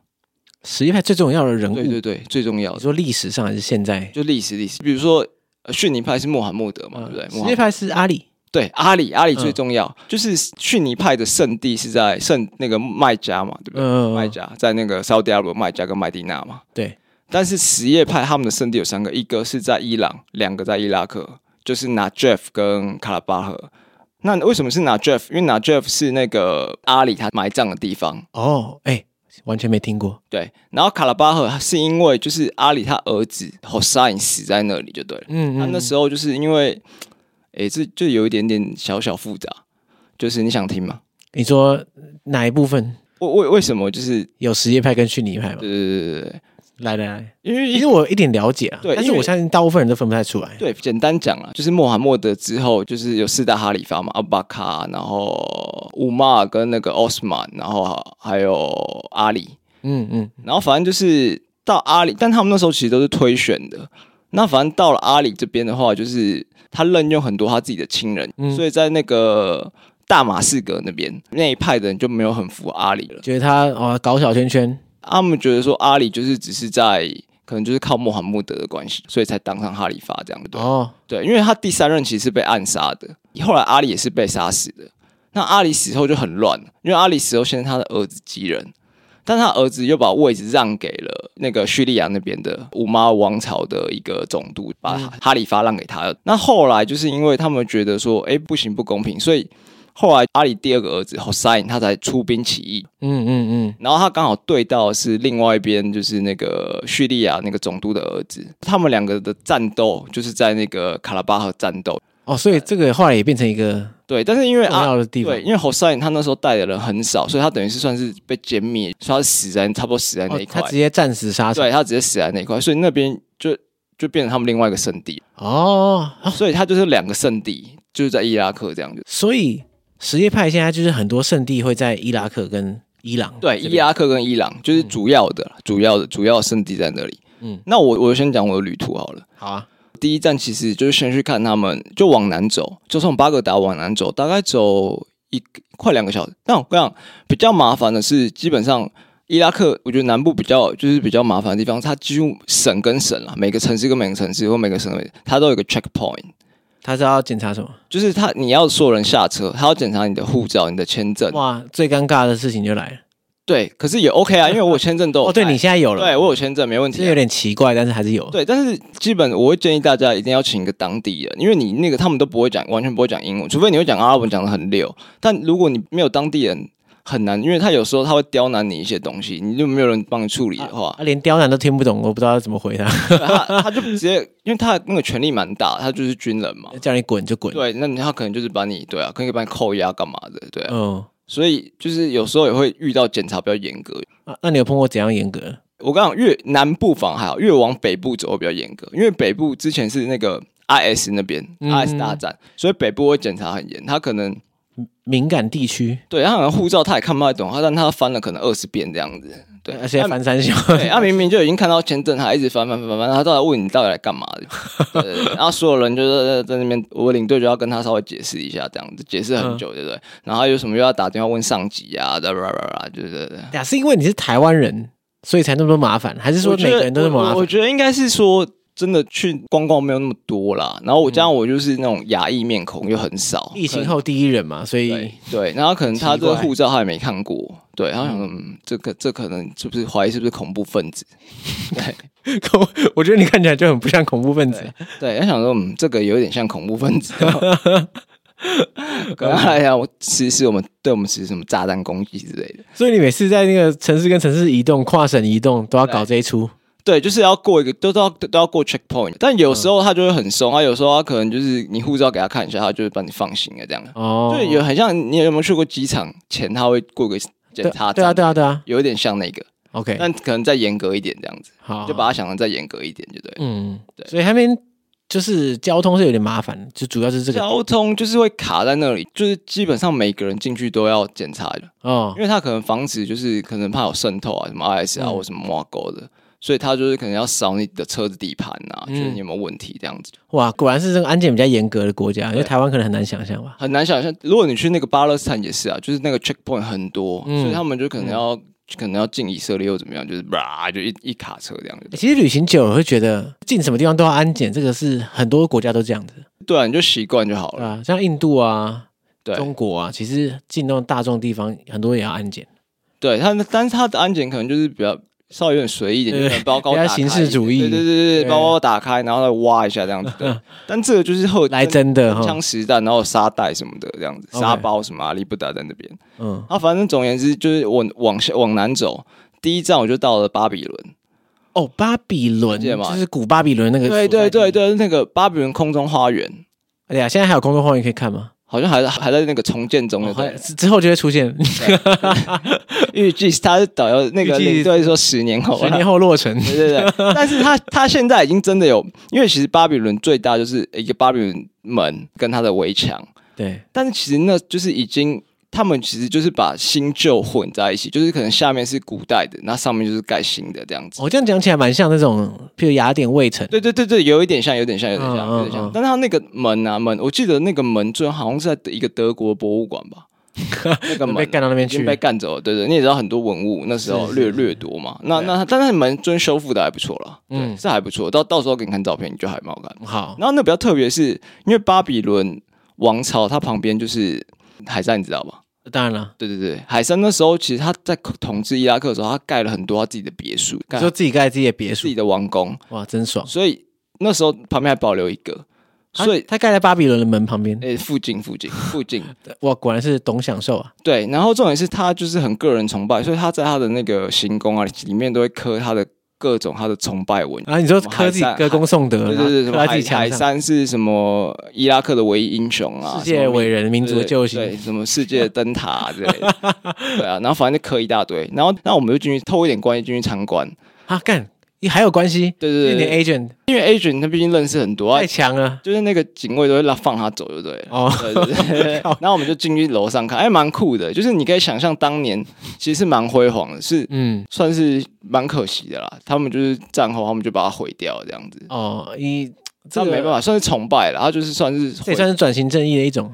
S2: 什叶派最重要的人物，
S3: 对对对，最重要
S2: 你
S3: 的
S2: 说历史上还是现在？
S3: 就历史历史，比如说呃逊尼派是穆罕默德嘛，对不对？
S2: 嗯
S3: 穆
S2: 什
S3: 罕
S2: 叶派是阿里，
S3: 对，阿里阿里最
S2: 嗯
S3: 重要，就是逊尼派的圣地是在圣那个麦加嘛，对不对？
S2: 嗯，
S3: 麦加在那个沙特阿拉伯麦加跟麦地那嘛。
S2: 对，
S3: 但是什叶派他们的圣地有三个，一个是在伊朗，两个在伊拉克，就是拿 Jeff 跟卡拉巴赫。那为什么是拿 Jeff？因为拿 Jeff 是那个阿里他埋葬的地方，
S2: 哦，哎，完全没听过。
S3: 对。然后卡拉巴赫是因为就是阿里他儿子 Hossein 死在那里就对了。
S2: 嗯
S3: 他那时候就是因为，诶，这就有一点点小小复杂，就是你想听吗？
S2: 你说哪一部分
S3: 为为为什么就是
S2: 有什叶派跟逊尼派吗
S3: 对？对对对对，
S2: 来来来，
S3: 因为
S2: 其
S3: 因
S2: 实
S3: 为
S2: 我一点了解啊，
S3: 对
S2: 但是
S3: 因为
S2: 我相信大部分人都分不太出来。
S3: 对简单讲啦，就是穆罕默德之后就是有四大哈里发嘛，阿布巴卡，然后乌马尔跟那个奥斯曼，然后还有阿里，
S2: 嗯嗯，
S3: 然后反正就是到阿里，但他们那时候其实都是推选的。那反正到了阿里这边的话，就是他任用很多他自己的亲人，
S2: 嗯
S3: 所以在那个大马士革那边那一派的人就没有很服阿里了。
S2: 觉得他哦搞小圈圈，
S3: 他们觉得说阿里就是只是在可能就是靠穆罕默德的关系，所以才当上哈里发这样对、
S2: 哦，
S3: 对，因为他第三任其实是被暗杀的，后来阿里也是被杀死的。那阿里死后就很乱，因为阿里死后先是他的儿子继任，但他儿子又把位置让给了那个叙利亚那边的五妈王朝的一个总督，把哈里发让给他。那后来就是因为他们觉得说，哎、不行不公平，所以后来阿里第二个儿子 Hossein 他才出兵起义，
S2: 嗯嗯
S3: 然后他刚好对到的是另外一边，就是那个叙利亚那个总督的儿子，他们两个的战斗就是在那个卡拉巴赫战斗。
S2: 嗯，哦，所以这个后来也变成一个
S3: 对，但是因为
S2: 重
S3: 阿
S2: 要的地方
S3: 对，因为 Hossein 他那时候带的人很少，所以他等于是算是被歼灭，所以他死在差不多死在那一
S2: 哦，
S3: 块。
S2: 他直接战死沙场
S3: 对他直接死在那一块，所以那边就就变成他们另外一个圣地，
S2: 哦，啊
S3: 所以他就是两个圣地，就是在伊拉克这样子。
S2: 所以什叶派现在就是很多圣地会在伊拉克跟伊朗
S3: 对，
S2: 这
S3: 伊
S2: 边
S3: 拉克跟伊朗就是主要的、主要的、主要的圣地在那里。
S2: 嗯
S3: 嗯，那我我先讲我的旅途好了。
S2: 好啊，
S3: 第一站其实就是先去看他们，就往南走，就从巴格达往南走，大概走一个快两个小时。但我跟你讲，比较麻烦的是，基本上伊拉克，我觉得南部比较就是比较麻烦的地方，它几乎省跟省啊，每个城市跟每个城市或每个省会，它都有一个 checkpoint，
S2: 他是要检查什么？
S3: 就是他你要所有人下车，他要检查你的护照、你的签证。
S2: 哇，最尴尬的事情就来了。
S3: 对，可是也 OK 啊，因为我有签证都有
S2: 哦，对
S3: 带
S2: 你现在有了，
S3: 对我有签证没问题
S2: 是
S3: 啊、
S2: 有点奇怪，但是还是 有。
S3: 对，但是基本我会建议大家一定要请一个当地人，因为你那个他们都不会讲，完全不会讲英文，除非你会讲阿拉伯文讲的很溜。但如果你没有当地人，很难，因为他有时候他会刁难你一些东西，你就没有啊人帮你处理的话，
S2: 他啊连刁难都听不懂，我不知道要怎么回他，
S3: 他 他就直接，因为他那个权力蛮大，他就是军人嘛，
S2: 叫你滚就滚。
S3: 哦对，那你他可能就是把你对啊，可以把你扣押干嘛的，对啊，
S2: 嗯，
S3: 所以就是有时候也会遇到检查比较严格。
S2: 啊那你有碰过怎样严格？
S3: 我刚讲越南部反而还好，越往北部走会比较严格，因为北部之前是那个 IS 那边、
S2: 嗯
S3: IS 大战，所以北部会检查很严。他可能
S2: 敏感地区，
S3: 对他好像护照他也看不太懂，他但他翻了可能二十遍这样子。对，
S2: 而且
S3: 他
S2: 呃翻三小，
S3: 对，他明明就已经看到签证，他还一直翻翻翻翻翻，他到底问你到底来干嘛的？对 对对然后所有人就是在在那边，我领队就要跟他稍微解释一下，这样子解释很久，对不对？
S2: 嗯
S3: 然后他有什么又要打电话问上级啊，对吧吧吧，对对对。
S2: 呀，是因为你是台湾人，所以才那么多麻烦，还是说
S3: 我觉
S2: 每
S3: 得
S2: 个人都那么麻
S3: 我我
S2: 烦？
S3: 觉得应该是说，真的去观光没有那么多啦。然后我加上我就是那种亚裔面孔又很少，
S2: 疫情
S3: 可能
S2: 后第一人嘛，所
S3: 对
S2: 以
S3: 对，然后可能他
S2: 奇
S3: 这个
S2: 怪
S3: 护照他也没看过，对，他想说嗯，这个这可能是不是怀疑是不是恐怖分子？
S2: 我我觉得你看起来就很不像恐怖分子。
S3: 对，他想说嗯，这个有点像恐怖分子。 可能
S2: 嗯
S3: 他来讲，我实施我们对我们实施什么炸弹攻击之类的，
S2: 所以你每次在那个城市跟城市移动、跨省移动，都要搞这一出。
S3: 对，就是要过一个都都要都要过 checkpoint，但有时候他就会很松，他有时候他可能就是你护照给他看一下，他就会把你放行了这样。
S2: 哦，
S3: 对，有很像你有没有去过机场前，他会过个检
S2: 对
S3: 查站
S2: 对啊，对啊，对啊。
S3: 有一点像那个，
S2: OK，
S3: 但可能再严格一点这样子，
S2: 好，
S3: 就把它想的再严格一点，就对了。
S2: 哦嗯，
S3: 对
S2: 所以他们就是交通是有点麻烦，就主要是这个
S3: 交通就是会卡在那里，就是基本上每个人进去都要检查的，
S2: 哦
S3: 因为他可能防止就是可能怕有渗透啊，什么 IS 啊、
S2: 嗯
S3: 或什么挖沟的，所以他就是可能要扫你的车子底盘啊，
S2: 嗯
S3: 觉得你有没有问题这样子，
S2: 哇，果然是这个安检比较严格的国家，因为
S3: 对
S2: 台湾可能很难想象吧。
S3: 很难想象。如果你去那个巴勒斯坦也是啊，就是那个 checkpoint 很多，
S2: 嗯
S3: 所以他们就可能要、可能要进以色列又怎么样，就是吧就一一卡车这样子。
S2: 欸其实旅行久了会觉得进什么地方都要安检，这个是很多国家都这样子，
S3: 对啊，你就习惯就好
S2: 对
S3: 了。
S2: 吧、像印度啊、嗯
S3: 对
S2: 中国啊，其实进那种大众地方，很多也要安检，
S3: 对，他但是他的安检可能就是比较稍微有点随意一点，
S2: 对
S3: 就可能包高
S2: 比较
S3: 打开
S2: 形式主义
S3: 对对对对
S2: 对嗯
S3: 对，包包打开，然后再挖一下这样子。对但这个就是后
S2: 来真的哈。
S3: 枪实弹，然后有沙袋什么的这样子，
S2: OK
S3: 沙包什么阿里不达在那边。
S2: 嗯，
S3: 啊，反正总而言之，就是我往下往南走，第一站我就到了巴比伦。
S2: 哦，巴比伦
S3: 记得吗
S2: 就是古巴比伦那个，
S3: 对对对，对，那个巴比伦空中花园。
S2: 哎呀，现在还有公众号你可以看吗？
S3: 好像还还在那个重建中
S2: 哦
S3: 的，
S2: 还
S3: 对
S2: 之后就会出现，
S3: 预计他是导游那个
S2: 预计
S3: 领队说十年后，
S2: 十年后落成。
S3: 对对对，但是他他现在已经真的有，因为其实巴比伦最大就是一个巴比伦门跟它的围墙，
S2: 对，
S3: 但是其实那就是已经他们其实就是把新旧混在一起，就是可能下面是古代的，那上面就是盖新的这样子。
S2: 哦我、这样讲起来蛮像那种，譬如雅典卫城，
S3: 对对对对，有一点像，有点像，有点像，
S2: 嗯
S3: 有点
S2: 嗯
S3: 像
S2: 嗯。
S3: 但是它那个门啊门，我记得那个门最后好像是在一个德国博物馆 吧，那个门
S2: 被干到那边
S3: 已
S2: 去
S3: 经，被干走了。对对，你也知道很多文物那时候
S2: 是是是
S3: 掠掠夺嘛。那那但是门尊修复的还不错了，
S2: 嗯
S3: 嗯，是还不错。到到时候给你看照片，你就还蛮好看。
S2: 好，
S3: 然后那比较特别的是，因为巴比伦王朝它旁边就是海山你知道吧？
S2: 当然了，
S3: 对对对，海山那时候其实他在统治伊拉克的时候，他盖了很多他自己的别墅，
S2: 你
S3: 盖
S2: 说自己盖自己的别
S3: 自
S2: 墅
S3: 己，的王宫，
S2: 哇，真爽！
S3: 所以那时候旁边还保留一个，
S2: 他
S3: 所以哎
S2: 他盖在巴比伦的门旁边，
S3: 诶、附近附近附近，
S2: 哇，果然是懂享受啊！
S3: 对，然后重点是他就是很个人崇拜，所以他在他的那个行宫啊里面都会刻他的各种他的崇拜文。
S2: 然后你说
S3: 什么
S2: 科技
S3: 哎海战
S2: 歌功颂德，
S3: 对
S2: 啊然后
S3: 对对，什
S2: 刻在
S3: 么
S2: 自
S3: 海
S2: 己
S3: 海
S2: 墙上，
S3: 山是什么伊拉克的唯一英雄啊，
S2: 世界
S3: 什么
S2: 伟人，民
S3: 对
S2: 族的救星
S3: 对，，什么世界的灯塔啊之类的， 对啊，然后反正就刻一大堆，然后那我们就进去偷一点关系进去参观，
S2: 啊，干，你还有关系？
S3: 对
S2: 因为
S3: 对
S2: 你
S3: 对
S2: 的 agent
S3: 因为 agent 他毕竟认识很多，啊
S2: 太，强了
S3: 就是那个警卫都会拉放他走，就对了。
S2: 哦，
S3: 对 对对，然后我们就进去楼上看，哎，蛮酷的，就是你可以想象当年其实是蛮辉煌的，是
S2: 嗯，
S3: 算是蛮可惜的啦。他们就是战后，他们就把它毁掉这样子，
S2: 哦，你
S3: 这
S2: 这
S3: 没办
S2: 法，
S3: 法，算是崇拜了，他就是算是
S2: 这
S3: 毁
S2: 也算是转型正义的一种，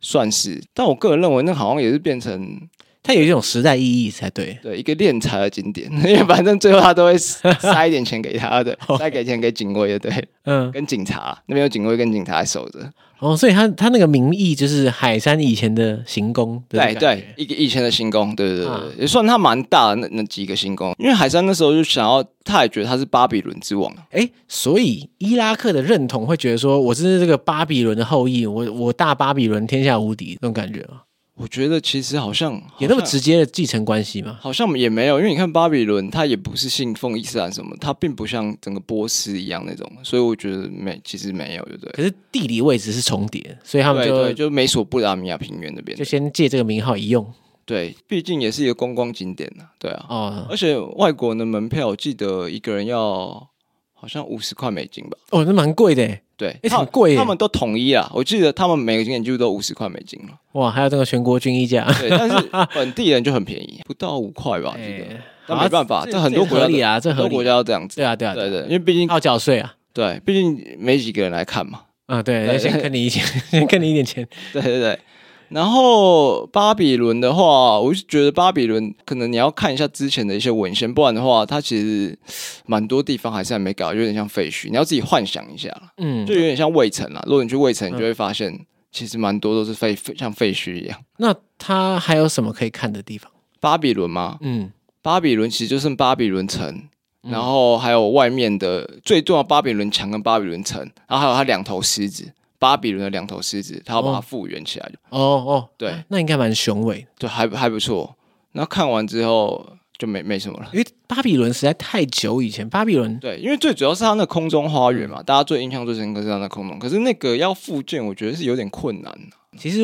S3: 算是，但我个人认为那好像也是变成
S2: 它有一种时代意义才对。
S3: 对一个敛财的景点， 因为反正最后他都会塞一点钱给 他的，塞给钱给警卫的，对，
S2: 嗯，
S3: 跟警察那边有警卫跟警察守着，
S2: 哦，所以它它那个名义就是海山以前的行宫的那
S3: 对
S2: 个感觉，
S3: 对，一个以前的新宫，对对对对，
S2: 啊
S3: 也算他蛮大的那那几个新宫，因为海山那时候就想要，他也觉得他是巴比伦之王，
S2: 哎，所以伊拉克的认同会觉得说，我是这个巴比伦的后裔，我我大巴比伦天下无敌那种感觉吗？
S3: 我觉得其实好像
S2: 有那么，
S3: 好像
S2: 直接的继承关系吗？
S3: 好像也没有，因为你看巴比伦，他也不是信奉伊斯兰什么，他并不像整个波斯一样那种，所以我觉得没，其实没有，对不对？
S2: 可是地理位置是重叠，所以他们
S3: 对
S2: 就
S3: 对，就美索不达米亚平原那边
S2: 就，先借这个名号一用
S3: 对，毕竟也是一个观光景点呐、对啊，
S2: 哦
S3: 而且外国的门票，我记得一个人要好像五十块美金吧。
S2: 哦，那蛮贵的诶
S3: 对，
S2: 欸
S3: 他
S2: 很贵耶
S3: 他们都统一啊，我记得他们每个景点几乎都五十块美金了。
S2: 哇，还有这个全国军衣价，
S3: 对，但是本地人就很便宜，不到五块吧，我记得。但
S2: 好啊
S3: 没办法，
S2: 哎这
S3: 这很多
S2: 这
S3: 国家
S2: 合理啊，这
S3: 很多
S2: 合
S3: 国
S2: 理，
S3: 家要这样子。
S2: 对啊对啊
S3: 对
S2: 对
S3: 对，因为毕竟
S2: 啊，要缴税啊，
S3: 对，毕竟没几个人来看嘛。
S2: 啊对，
S3: 对
S2: 就先坑你 一钱，先坑你一点钱，
S3: 对对对。然后巴比伦的话，我是觉得巴比伦可能你要看一下之前的一些文献，不然的话，它其实蛮多地方还是还没搞，有点像废墟，你要自己幻想一下啦
S2: 嗯
S3: 就，有点像卫城啦。如果你去卫城，你就会发现其实蛮多都是废废像废墟一样。
S2: 那它还有什么可以看的地方？
S3: 巴比伦吗？
S2: 嗯，
S3: 巴比伦其实就剩巴比伦城，然后还有外面的最重要的巴比伦墙跟巴比伦城，然后还有它两头狮子，巴比伦的两头狮子，它要把它
S2: 哦
S3: 复原起来，
S2: 哦哦，
S3: 对，
S2: 那应该蛮雄伟的。
S3: 对，还还不错。那看完之后就没没什么了。
S2: 因为巴比伦实在太久以前，巴比伦
S3: 对，因为最主要是它那空中花园嘛，大家最印象最深刻是它那空中，可是那个要复建，我觉得是有点困难、啊。
S2: 其实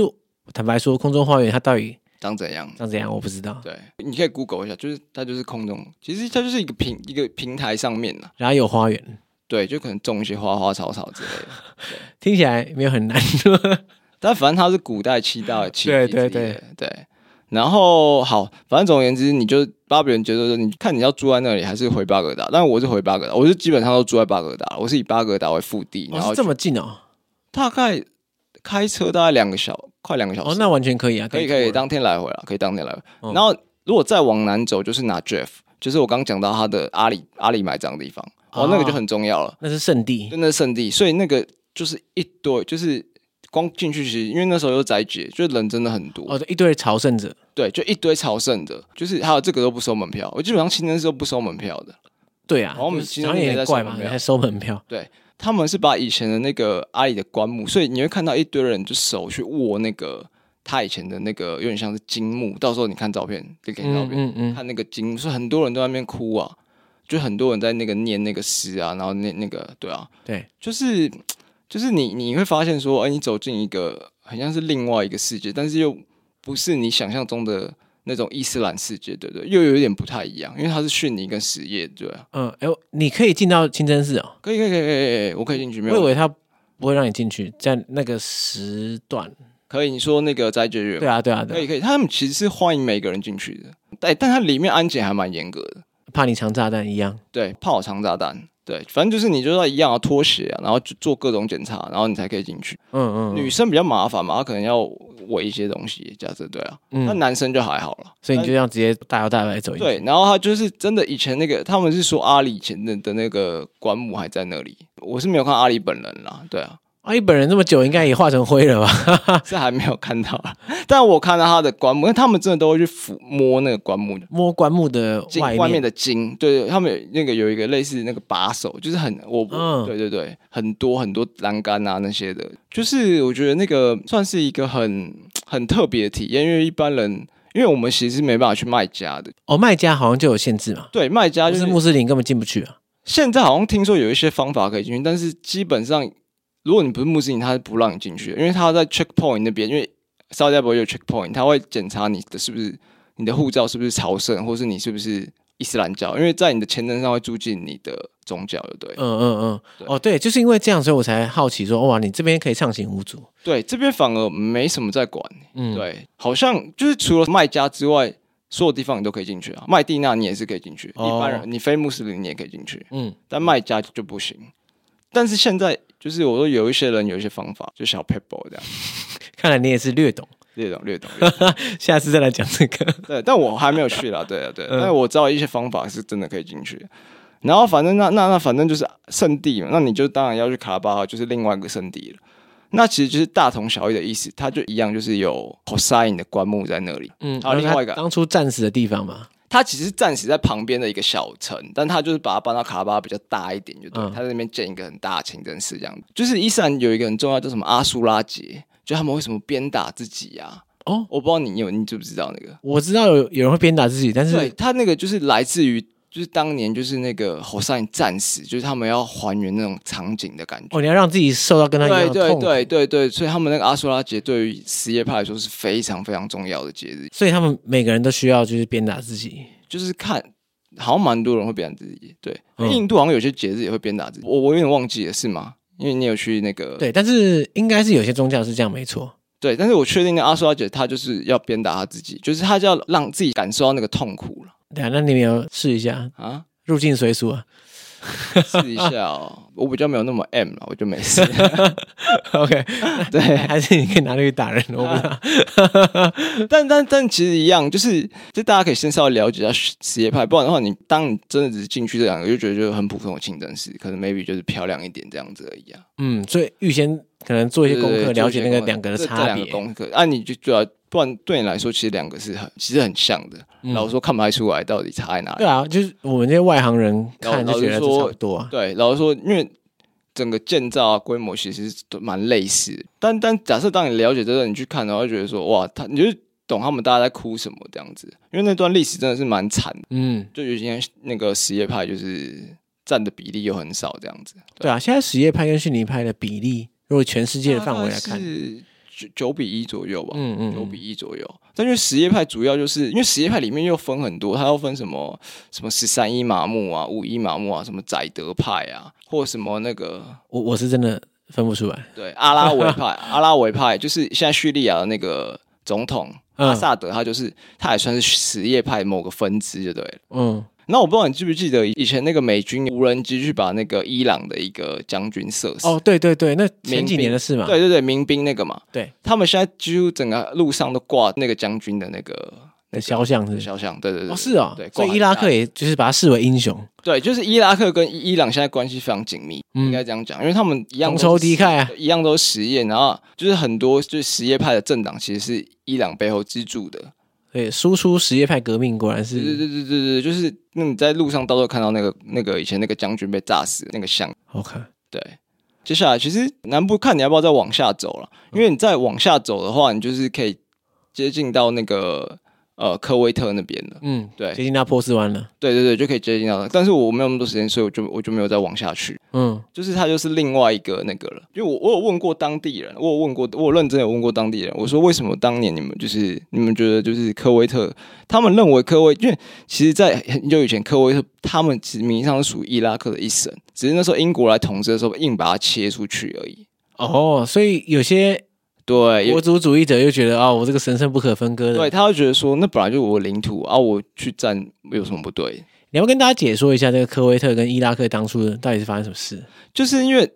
S2: 坦白说，空中花园它到底
S3: 长怎样？
S2: 长怎样，我不知道。
S3: 对，你可以 Google 一下，就是它就是空中，其实它就是一个平一个平台上面呐、
S2: 然后有花园，对
S3: 对，就可能种一些花花草草之类的。
S2: 听起来没有很难。
S3: 但反正它是古代七大奇迹之一的，
S2: 对对
S3: 对然后好，反正总而言之，你就巴比伦觉得说，你看你要住在那里还是回巴格达？但我是回巴格达，我是基本上都住在巴格达，我是以巴格达为腹地，然
S2: 哦，
S3: 后
S2: 是这么近哦，
S3: 大概开车大概两个小，快两个小
S2: 哦，
S3: 时，
S2: 那完全可以啊，
S3: 可以
S2: 当
S3: 可以
S2: 做
S3: 当天来回了，可以当天来回。
S2: 嗯
S3: 然后如果再往南走，就是拿 Jeff，就是我刚讲到他的阿里阿里买这样的地方，哦
S2: 哦，
S3: 那个就很重要了，
S2: 那是圣地
S3: 真的圣地，所以那个就是一堆，就是光进去其实因为那时候有斋节，就人真的很多，
S2: 哦，对一堆朝圣者，
S3: 对，就一堆朝圣的，就是还有这个都不收门票，我基本上清真寺都不收门票的，
S2: 对啊，
S3: 然哦后我们
S2: 就是
S3: 其实
S2: 好像也
S3: 也在
S2: 怪
S3: 收
S2: 嘛，
S3: 门票
S2: 还收门票，
S3: 他们是把以前的那个阿里的棺木，所以你会看到一堆人就手去握那个。他以前的那个有点像是金木，到时候你看照片可以看照
S2: 嗯
S3: 片，
S2: 嗯嗯，
S3: 看那个经，所以很多人都在那边哭啊，就很多人在那个念那个诗啊，然后那那个对啊，
S2: 对，
S3: 就是就是你你会发现说，哎、你走进一个很像是另外一个世界，但是又不是你想象中的那种伊斯兰世界，对不对？又有一点不太一样，因为它是逊尼跟什叶，对啊，
S2: 嗯，哎呦，你可以进到清真寺哦，
S3: 可以可以可以可以可以，我可以进去没
S2: 我以
S3: 有？
S2: 为他不会让你进去，在那个时段，
S3: 可以，你说那个斋戒月
S2: 对。啊对啊
S3: 可
S2: 对
S3: 以
S2: 啊，
S3: 可以，他们其实是欢迎每个人进去的，但但它里面安检还蛮严格的，
S2: 怕你藏炸弹一样，
S3: 对，炮长炸弹，对，反正就是你就要一样啊，脱鞋啊，然后就做各种检查，然后你才可以进去。
S2: 嗯嗯
S3: 女生比较麻烦嘛，她可能要围一些东西，假设对啊，
S2: 嗯
S3: 那、
S2: 嗯，
S3: 男生就还好了。
S2: 所以你就这样直接大摇大摆走进去，
S3: 对，然后他就是真的以前那个，他们是说阿里以前的的那个棺木还在那里，我是没有看阿里本人啦，对啊，
S2: 啊，一本人这么久，应该也化成灰了吧？
S3: 这还没有看到 啊，但我看到它的棺木，因为他们真的都会去抚摸那个棺木
S2: 摸棺木的
S3: 筋
S2: 外面，
S3: 外面的筋，对，他们有那个有一个类似那个把手，就是很我，
S2: 嗯
S3: 对对对，很多很多栏杆啊那些的，就是我觉得那个算是一个很很特别的体验，因为一般人，因为我们其实没办法去卖家的，
S2: 哦，卖家好像就有限制嘛，
S3: 对，卖
S2: 不
S3: 家啊就是是
S2: 穆斯林根本进不去啊。
S3: 现在好像听说有一些方法可以进去，但是基本上如果你不是穆斯林，他是不让你进去的，因为他在 checkpoint 那边，因为沙特阿拉伯有 checkpoint，他会检查你的是不是你的护照是不是朝圣，或是你是不是伊斯兰教，因为在你的签证上会注进你的宗教，对不对？
S2: 嗯嗯嗯
S3: 对，
S2: 哦对，就是因为这样，所以我才好奇说，哇，你这边可以畅行无阻。
S3: 对，这边反而没什么在管，
S2: 嗯，，
S3: 对，好像就是除了卖家之外，所有地方你都可以进去啊，麦地那你也是可以进去，
S2: 哦
S3: 一般人你非穆斯林你也可以进去，
S2: 嗯，
S3: 但卖家就不行。但是现在就是我说有一些人有一些方法，就小 paper 这样，
S2: 看来你也是略懂，
S3: 略懂略懂。略懂
S2: 下次再来讲这个。
S3: 对，但我还没有去啦，对啊对啊
S2: 嗯
S3: 但我知道一些方法是真的可以进去。然后反正啊那那那反正就是圣地嘛，那你就当然要去卡拉巴哈，就是另外一个圣地了。那其实就是大同小异的意思，它就一样，就是有 Hossein 的棺木在那里。
S2: 嗯，
S3: 好另外一个
S2: 然后他当初战死的地方嘛，
S3: 它其实暂时在旁边的一个小城，但它就是把它搬到卡拉巴比较大一点，就对。
S2: 嗯
S3: 它在那边建一个很大的清真寺，这样。就是伊斯兰有一个很重要叫什么阿苏拉节，就他们为什么鞭打自己啊？
S2: 哦，
S3: 我不知道你有你知不知道那个？
S2: 我知道有有人会鞭打自己，但
S3: 对，
S2: 是
S3: 他那个就是来自于就是当年就是那个侯赛因战死，就是他们要还原那种场景的感觉。
S2: 哦，你要让自己受到跟他一样
S3: 对
S2: 的
S3: 对
S2: 痛苦，
S3: 对对对，所以他们那个阿苏拉节对于什叶派来说是非常非常重要的节日，
S2: 所以他们每个人都需要就是鞭打自己。
S3: 就是看，好像蛮多人会鞭打自己。对，
S2: 嗯
S3: 印度好像有些节日也会鞭打自己，我我有点忘记了，是吗？因为你有去那个
S2: 对，但是应该是有些宗教是这样，没错。
S3: 对但是我确定那阿苏拉姐她就是要鞭打她自己，就是她就要让自己感受到那个痛苦了
S2: 对啊，那你们有试一下
S3: 啊。
S2: 入境随俗 啊
S3: 试一下哦，我比较没有那么 M 了，我就没事。
S2: ？OK，
S3: 对， 啊
S2: 还是你可以拿那个打人，我不知道。
S3: 但但但其实一样，就是就大家可以先稍微了解一下实业派，不然的话，你当你真的只是进去这两个，就觉得就很普通的清真寺，可能 maybe 就是漂亮一点这样子而已啊。
S2: 嗯，所以预先可能做一些功
S3: 对
S2: 课，
S3: 对对
S2: 了解那个
S3: 做一些
S2: 两个的
S3: 功课
S2: 差
S3: 这这两
S2: 别
S3: 个。功课，啊，你就主要，不然对你来说，其实两个是很其实很像的，
S2: 嗯
S3: 老实说看不太出来到底差在哪
S2: 对
S3: 里。
S2: 啊，就是我们这些外行人看
S3: 老
S2: 就觉得
S3: 老实
S2: 这
S3: 说
S2: 差不多啊。
S3: 对，老实说，因为整个建造啊规模其实都蛮类似的，但但假设当你了解这个，你去看的话，会觉得说哇，他你就懂他们大家在哭什么这样子，因为那段历史真的是蛮惨的，
S2: 嗯，
S3: 就有些那个实业派就是占的比例又很少这样子。
S2: 对啊，现在什叶派跟逊尼派的比例，如果全世界的范围来
S3: 大概
S2: 看，
S3: 啊是九九比一左右吧，
S2: 嗯嗯
S3: 九比
S2: 嗯，
S3: 一左右。但因为实业派主要就是因为实业派里面又分很多，它要分什么什么十三一麻木啊、五一麻木啊、什么宰德派啊，或什么那个
S2: 我我是真的分不出来。
S3: 对阿拉维派，阿拉维派就是现在叙利亚的那个总统
S2: 嗯
S3: 阿萨德，他就是他也算是实业派某个分支，就对了。
S2: 嗯，
S3: 那我不知道你记不记得以前那个美军无人机去把那个伊朗的一个将军射死？
S2: 哦，对对对，那前
S3: 民
S2: 几
S3: 兵
S2: 年的事嘛。
S3: 对对对，民兵那个嘛，
S2: 对，
S3: 他们现在几乎整个路上都挂那个将军的那个
S2: 的肖像是不是
S3: 肖像，对对对，
S2: 哦，是哦
S3: 对，，
S2: 所以
S3: 挂
S2: 伊拉
S3: 很大
S2: 克也就是把他视为英雄，
S3: 对，就是伊拉克跟伊伊朗现在关系非常紧密，
S2: 嗯
S3: 应该这样讲，因为他们一样
S2: 同
S3: 都是
S2: 仇敌忾啊。
S3: 一样都是实业，然后就是很多就是实业派的政党其实是伊朗背后资助的，
S2: 对，输出什叶派革命果然
S3: 对对
S2: 是
S3: 对对对对，就是那你在路上到时候看到那个那个以前那个将军被炸死的那个像。
S2: 好看。
S3: 对，接下来其实南部看你要不要再往下走了，因为你再往下走的话，你就是可以接近到那个呃科威特那边了。
S2: 嗯，
S3: 对
S2: 接近到波斯湾了。
S3: 对对对，就可以接近到了。但是我没有那么多时间，所以我就我就没有再往下去。
S2: 嗯，
S3: 就是它就是另外一个那个了，因为我我有问过当地人，我有问过，我有认真有问过当地人，我说为什么当年你们就是你们觉得就是科威特，他们认为科威，因为其实，在很久以前科威特他们其实名义上是属于伊拉克的一省，只是那时候英国来统治的时候硬把它切出去而已。
S2: 哦，所以有些
S3: 对，
S2: 国族主义者又觉得啊、我这个神圣不可分割的。
S3: 哎对，他会觉得说那本来就是我的领土啊，我去占有什么不对？
S2: 你要不要跟大家解说一下这个科威特跟伊拉克当初到底是发生什么事？
S3: 就是因为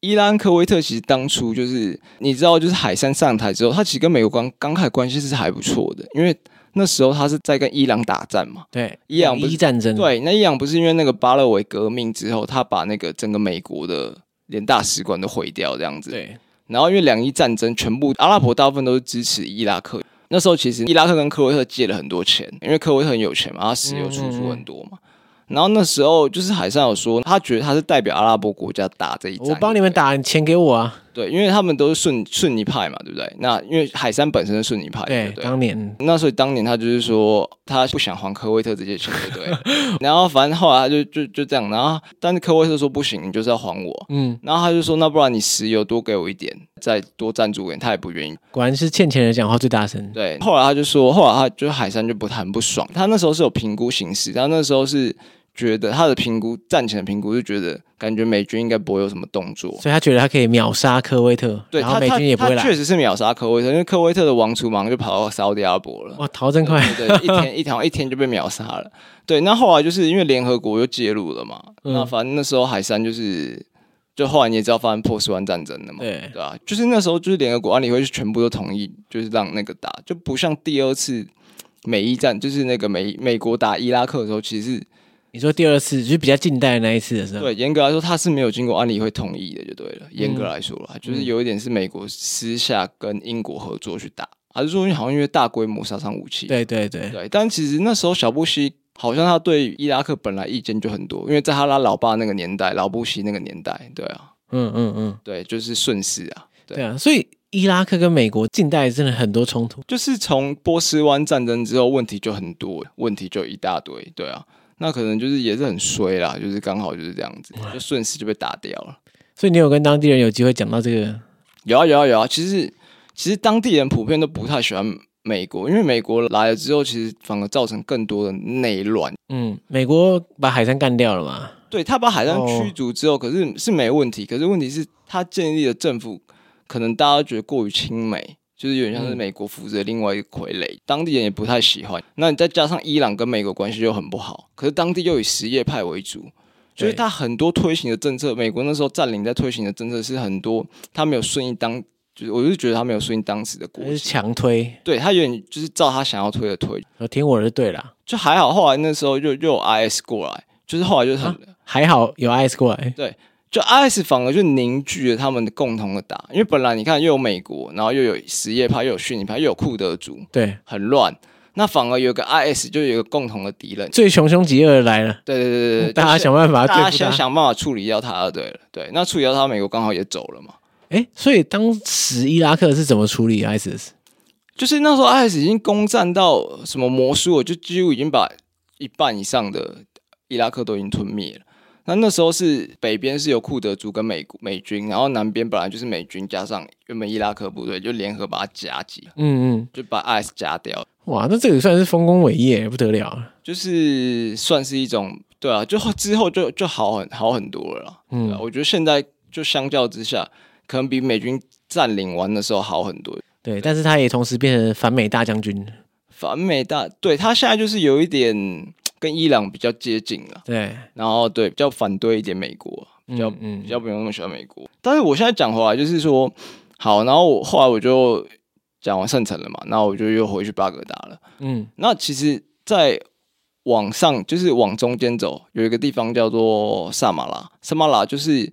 S3: 伊拉克威特其实当初就是你知道，就是海山上台之后，他其实跟美国刚刚开始关系是还不错的，因为那时候他是在跟伊朗打仗嘛。
S2: 对，
S3: 伊朗不是
S2: 伊战争。，
S3: 对，那伊朗不是因为那个巴勒维革命之后，他把那个整个美国的连大使馆都毁掉这样子。
S2: 对，
S3: 然后因为两伊战争，全部阿拉伯大部分都是支持伊拉克。那时候其实伊拉克跟科威特借了很多钱，因为科威特很有钱嘛，他石油输出很多嘛。嗯然后那时候就是海上有说，他觉得他是代表阿拉伯国家打这一战，
S2: 我帮你们打，你钱给我啊。
S3: 对，因为他们都是顺顺尼派嘛，对不对？那因为海山本身是顺尼派的，哎对
S2: 对，
S3: 不对？
S2: 当年嗯
S3: 那所以当年他就是说他不想还科威特这些钱，对不 对？然后反正后来他就就就这样，然后但是科威特说不行，你就是要还我。
S2: 嗯，
S3: 然后他就说，那不然你石油多给我一点，再多赞助给你，他也不愿意。
S2: 果然是欠钱人讲话最大声。
S3: 对，后来他就说，后来他就海山就不很不爽，他那时候是有评估形势，他那时候是觉得他的评估战前的评估是觉得感觉美军应该不会有什么动作。
S2: 所以他觉得他可以秒杀科威特，
S3: 对
S2: 然后
S3: 他，
S2: 美
S3: 他
S2: 军也不会
S3: 他确
S2: 来。
S3: 实是秒杀科威特，因为科威特的王储马上就跑到沙特阿拉 伯了。
S2: 哇，逃真快！
S3: 对对，一天一条一天就被秒杀了。对，那后来就是因为联合国又介入了嘛，
S2: 嗯
S3: 那反正那时候海山就是，就后来你也知道发生波斯湾战争了嘛，
S2: 对，
S3: 对啊，就是那时候就是联合国安理会是全部都同意，就是让那个打，就不像第二次美伊战，就是那个美美国打伊拉克的时候，其实是
S2: 你说第二次就是比较近代的那一次的时候，
S3: 对严格来说它是没有经过安理会同意的，就对了。严格来说啦，就是有一点是美国私下跟英国合作去打，还是说因为好像因为大规模杀伤武器，
S2: 对对对
S3: 对，但其实那时候小布希好像他对伊拉克本来意见就很多，因为在他他老爸那个年代，老布希那个年代，对啊，
S2: 嗯嗯嗯，
S3: 对，就是顺势啊，对
S2: 对啊，所以伊拉克跟美国近代真的很多冲突，
S3: 就是从波斯湾战争之后，问题就很多，问题就一大堆，对啊。那可能就是也是很衰啦，就是刚好就是这样子，就顺势就被打掉了。
S2: 所以你有跟当地人有机会讲到这个，
S3: 有啊有啊有啊，其实其实当地人普遍都不太喜欢美国，因为美国来了之后，其实反而造成更多的内乱，
S2: 嗯，美国把海山干掉了嘛，
S3: 对他把海上
S2: 哦
S3: 驱逐之后，可是是没问题。可是问题是，他建立的政府可能大家觉得过于亲美，就是有点像是
S2: 嗯
S3: 美国扶持的另外一个傀儡，当地人也不太喜欢。那你再加上伊朗跟美国关系又很不好，可是当地又以什叶派为主，所
S2: 对
S3: 以他很多推行的政策，美国那时候占领在推行的政策是很多，他没有顺应当，就是我就是觉得他没有顺应当时的国
S2: 还是
S3: 情，
S2: 强推，
S3: 对他有点就是照他想要推的推，
S2: 我听我的就对了，
S3: 就还好。后来那时候又又有 IS 过来，就是后来就是很。
S2: 啊还好有 IS 过来，
S3: 就 IS 反而就凝聚了他们的共同的打，因为本来你看又有美国，然后又有什叶派，又有逊尼派，又有库德族，
S2: 对，
S3: 很乱。那反而有个 IS 就有一个共同的敌人，
S2: 最穷凶极恶的来了，
S3: 对对对对对，
S2: 嗯大家想办法
S3: 大家
S2: 对付
S3: 先
S2: 他。
S3: 想办法处理掉他就对了。对，那处理掉他，美国刚好也走了嘛。
S2: 哎，所以当时伊拉克是怎么处理啊 ISIS？
S3: 就是那时候 IS 已经攻占到什么魔术了，就几乎已经把一半以上的伊拉克都已经吞灭了。那那时候是北边是由库德族跟美国美军，然后南边本来就是美军加上原本伊拉克部队，就联合把它夹击，
S2: 嗯嗯，
S3: 就把 IS 夹掉，
S2: 哇，那这个算是丰功伟业，不得了啊。
S3: 就是算是一种对啊，就之后就就好很好很多了啦。对啊
S2: 嗯，
S3: 我觉得现在就相较之下，可能比美军占领完的时候好很多。
S2: 对，但是他也同时变成反美大将军。
S3: 反美大对他现在就是有一点跟伊朗比较接近了。
S2: 对，
S3: 然后对比较反对一点美国，比较、
S2: 嗯
S3: 比较没有那么喜欢美国。但是我现在讲回来，就是说好，然后我后来我就讲完圣城了嘛，那我就又回去巴格达了。
S2: 嗯，
S3: 那其实，在往上就是往中间走，有一个地方叫做萨马拉，萨马拉就是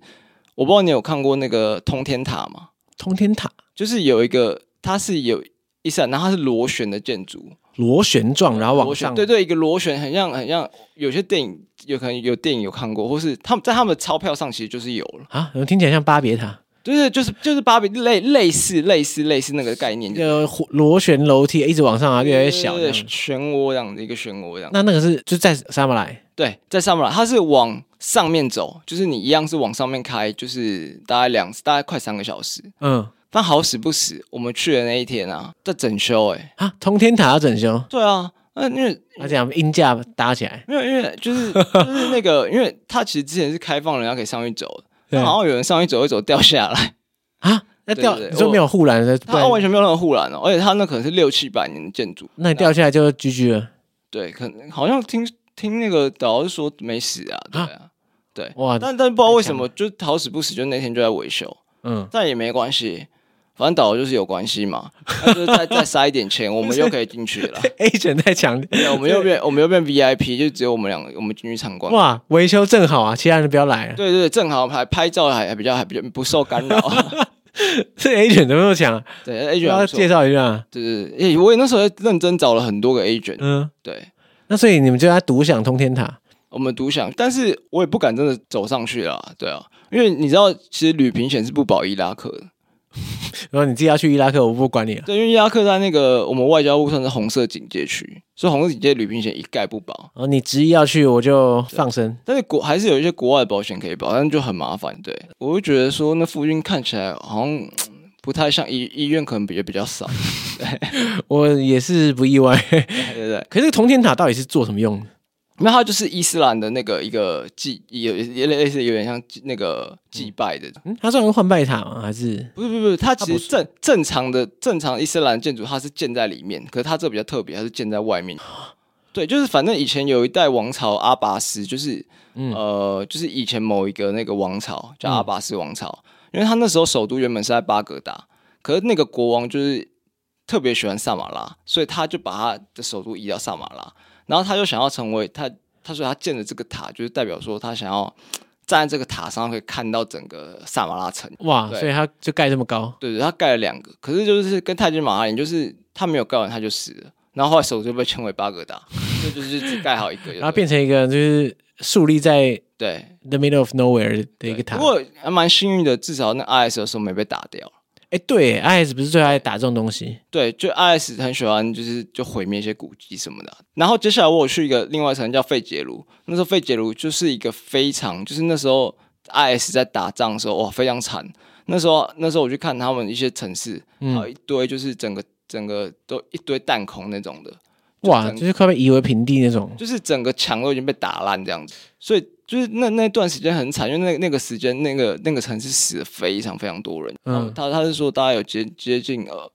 S3: 我不知道你有看过那个通天塔吗？
S2: 通天塔
S3: 就是有一个，它是有一扇，然后它是螺旋的建筑，
S2: 螺旋状，然后往
S3: 螺旋
S2: 上，
S3: 对对，一个螺旋很像很像，有些电影有可能有电影有看过，或是他们在他们的钞票上其实就是有了，
S2: 啊，怎么听起来像巴别塔？
S3: 对对，就是就是芭比类类似类似类似那个概念，
S2: 一
S3: 就
S2: 个呃火螺旋楼梯一直往上啊，越来越小这
S3: 对对
S2: 样
S3: 对
S2: 子。
S3: 漩涡这样的一个漩涡这样。
S2: 那那个是就在沙马来，
S3: 对，在上面啦，它是往上面走，就是你一样是往上面开，就是大概两大概快三个小时。
S2: 嗯
S3: 但好死不死，我们去的那一天啊，在整修哎、欸，
S2: 啊，通天塔要整修，
S3: 对啊，那因为
S2: 那这样音架搭起来，
S3: 没有，因为就是就是那个，因为它其实之前是开放人家可以上去走的，
S2: 对
S3: 但好像有人上去走一走掉下 来，
S2: 啊，那掉
S3: 对对对
S2: 你说没有护栏的，不
S3: 它
S2: 然
S3: 完全没有任何护栏哦，而且它那可能是六七百年的建筑，
S2: 那你掉下来就 GG 了。
S3: 对，可能好像听听那个导游说没死啊，对啊，对，
S2: 哇，
S3: 但但不知道为
S2: 太
S3: 什
S2: 强
S3: 么，就是好死不死，就那天就在维修，
S2: 嗯，
S3: 但也没关系。反正导游就是有关系嘛，那就是再再塞一点钱，我们又可以进去 了。
S2: agent 太强，
S3: 对，我们又变我们又变 VIP，就只有我们两个，我们进去参观。
S2: 哇，维修正好啊，其他人不要来了。
S3: 对对，对正好还拍照还还比较还比较不受 干扰。
S2: 这 agent 怎么那么强啊？
S3: 对，agent
S2: 要
S3: 还不错
S2: 介绍一下，啊
S3: 对对对，欸诶，我也那时候认真找了很多个 agent，
S2: 嗯，
S3: 对
S2: 那所以你们就要独享通天塔，
S3: 我们独享，但是我也不敢真的走上去啦，对啊，因为你知道，其实旅平险是不保伊拉克的，
S2: 然后你自己要去伊拉克，我不管你了。
S3: 对，因为伊拉克在那个我们外交部算是红色警戒区，所以红色警戒旅平险一概不保，
S2: 然后你执意要去，我就放生。
S3: 但是国还是有一些国外的保险可以保，但就很麻烦，对我会觉得说那附近看起来好像。不太像医医院，可能比也比较少，
S2: 我也是不意外。
S3: 对对对。
S2: 可是通天塔到底是做什么用的？
S3: 那它就是伊斯兰的那个一个祭，有也类似有点像祭那个祭拜的，
S2: 嗯，它算是换拜塔吗？还是
S3: 不是不是不是，它
S2: 它
S3: 其
S2: 不
S3: 实正正常的正常伊斯兰建筑它是建在里面，可是它这比较特别，它是建在外面。对，就是反正以前有一代王朝阿拔斯，就是、
S2: 嗯
S3: 呃，就是以前某一个那个王朝叫阿拔斯王朝，因为他那时候首都原本是在巴格达，可是那个国王就是特别喜欢萨马拉，所以他就把他的首都移到萨马拉，然后他就想要成为他，他说他建的这个塔就是代表说他想要站在这个塔上可以看到整个萨马拉城。
S2: 哇？
S3: 对
S2: 所以它就盖这么高，
S3: 对对，他盖了两个，可是就是跟泰姬玛哈陵，就是他没有盖完他就死了，然后后来首都被称为巴格达，所以就是只盖好一个就对了，
S2: 然后变成一个就是树立在
S3: 对
S2: the middle of nowhere 的
S3: 对
S2: 一个塔
S3: 不。过还蛮幸运的，至少那 IS 的时候没被打掉。
S2: 哎，对，IS 不是最爱打这种东西，
S3: 对，就 IS 很喜欢，就是就毁灭一些古迹什么的啊。然后接下来我有去一个另外一城叫费杰鲁，那时候费杰鲁就是一个非常，就是那时候 IS 在打仗的时候，哇，非常惨。那时候那时候我去看他们一些城市，
S2: 嗯
S3: 还有一堆就是整个整个都一堆弹孔那种的，
S2: 哇，
S3: 整
S2: 就是快被夷为平地那种。
S3: 就是整个墙都已经被打烂这样子，所以就是那那段时间很惨，因为那那个时间那个那个城市死了非常非常多人，
S2: 嗯
S3: 嗯，他他是说大概有接接近呃